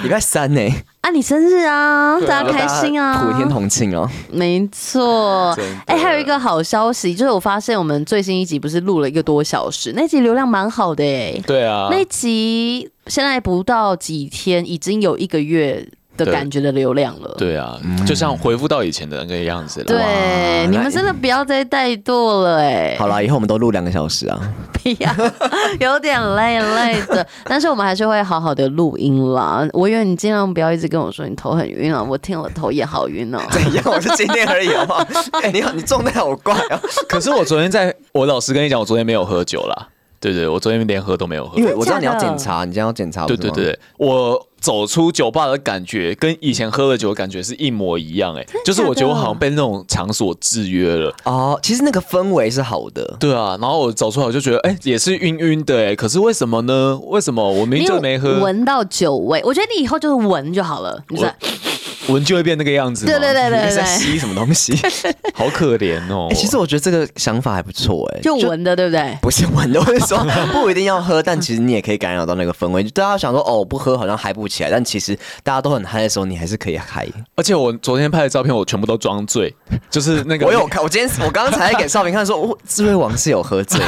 S2: 礼拜三呢、
S1: 啊，你生日啊，
S3: 对
S1: 大
S3: 啊
S1: 家开心啊，
S2: 普天同庆哦。
S1: 没错
S3: 真的，
S1: 哎、还有一个好消息，就是我发现我们最新一集不是录了一个多小时，那集流量蛮好的哎、
S3: 对啊，
S1: 那集现在不到几天，已经有一个月的
S3: 对
S1: 感觉的流量了。
S3: 对啊，就像回复到以前的那个样子了。
S1: 对。啊
S2: 哇
S1: 你们
S2: 那
S1: 真的不要再怠惰了哎、
S2: 好啦，以后我们都录两个小时 啊。
S1: 屁呀、 有点累累的，但是我们还是会好好的录音啦。我以为你尽量不要一直跟我说你头很晕啊，我听了头也好晕哦、
S2: 怎样？我是今天而已，好不好？哎、你好，你状态好怪啊！
S3: 可是我昨天在，我老实跟你讲，我昨天没有喝酒啦。对对，我昨天连喝都没有喝
S2: 因。为我知道你要
S1: 真的假的
S2: 检查，你今天要检查，
S3: 对对
S2: 不是吗，
S3: 对，我走出酒吧的感觉跟以前喝了酒的感觉是一模一样、哎，就是我觉得我好像被那种场所制约了。
S2: 哦，其实那个氛围是好的。
S3: 对啊，然后我走出来我就觉得，哎、也是晕晕的、哎，可是为什么呢？为什么我明明
S1: 你
S3: 就没喝，
S1: 闻到酒味，我觉得你以后就是闻就好了。你说
S3: 我
S2: 哎
S3: 闻就会变那个样子吗？
S1: 对对对
S2: 你
S1: 对
S2: 一直在
S1: 对，
S2: 吸什么东 西？
S3: 好可怜哦、
S2: 哎、其实我觉得这个想法还不错哎、
S1: 就闻的，对不对？
S2: 不是闻的，我是说不一定要喝，但其实你也可以感染到那个氛围。就大家想说哦，不喝好像嗨不起来，但其实大家都很嗨的时候，你还是可以嗨。
S3: 而且我昨天拍的照片，我全部都装醉，就是那个
S2: 我有看，我今天我刚才给少平看说，我智慧王是有喝醉，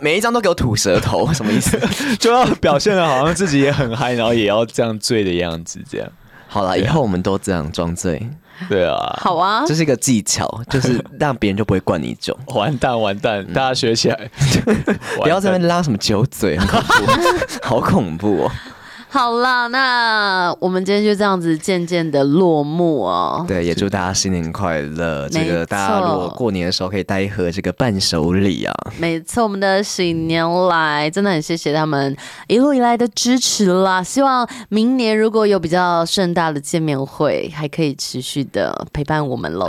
S2: 每一张都给我吐舌头，什么意思？
S3: 就要表现的好像自己也很嗨，然后也要这样醉的样子，这样。
S2: 好了，以后我们都这样装醉，
S3: 对啊，
S1: 好啊
S2: 这，是一个技巧，就是让别人就不会灌你酒。
S3: 完蛋完蛋，大家学起来，
S2: 嗯 不要在那边拉什么酒嘴，很恐怖，好恐怖哦！
S1: 好啦，那我们今天就这样子渐渐的落幕哦。
S2: 对，也祝大家新年快乐。这
S1: 没
S2: 个大家
S1: 错
S2: 如果过年的时候可以带一盒这个伴手礼啊，
S1: 每次我们的喜年来，真的很谢谢他们一路以来的支持啦。希望明年如果有比较盛大的见面会，还可以持续的陪伴我 们喽，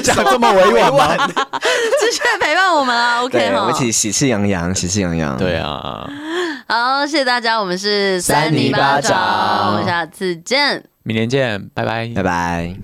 S2: 讲这么委婉 吗？
S1: 持续地陪伴我们啊。OK
S2: 对，我
S1: 哈
S2: 们一，起喜气洋洋，喜气洋洋。
S3: 对啊，
S1: 好，谢谢大家，我们是
S2: 三
S1: 泥
S2: 泥巴掌
S1: 我们下次见。
S3: 明年见，拜拜
S2: 拜拜。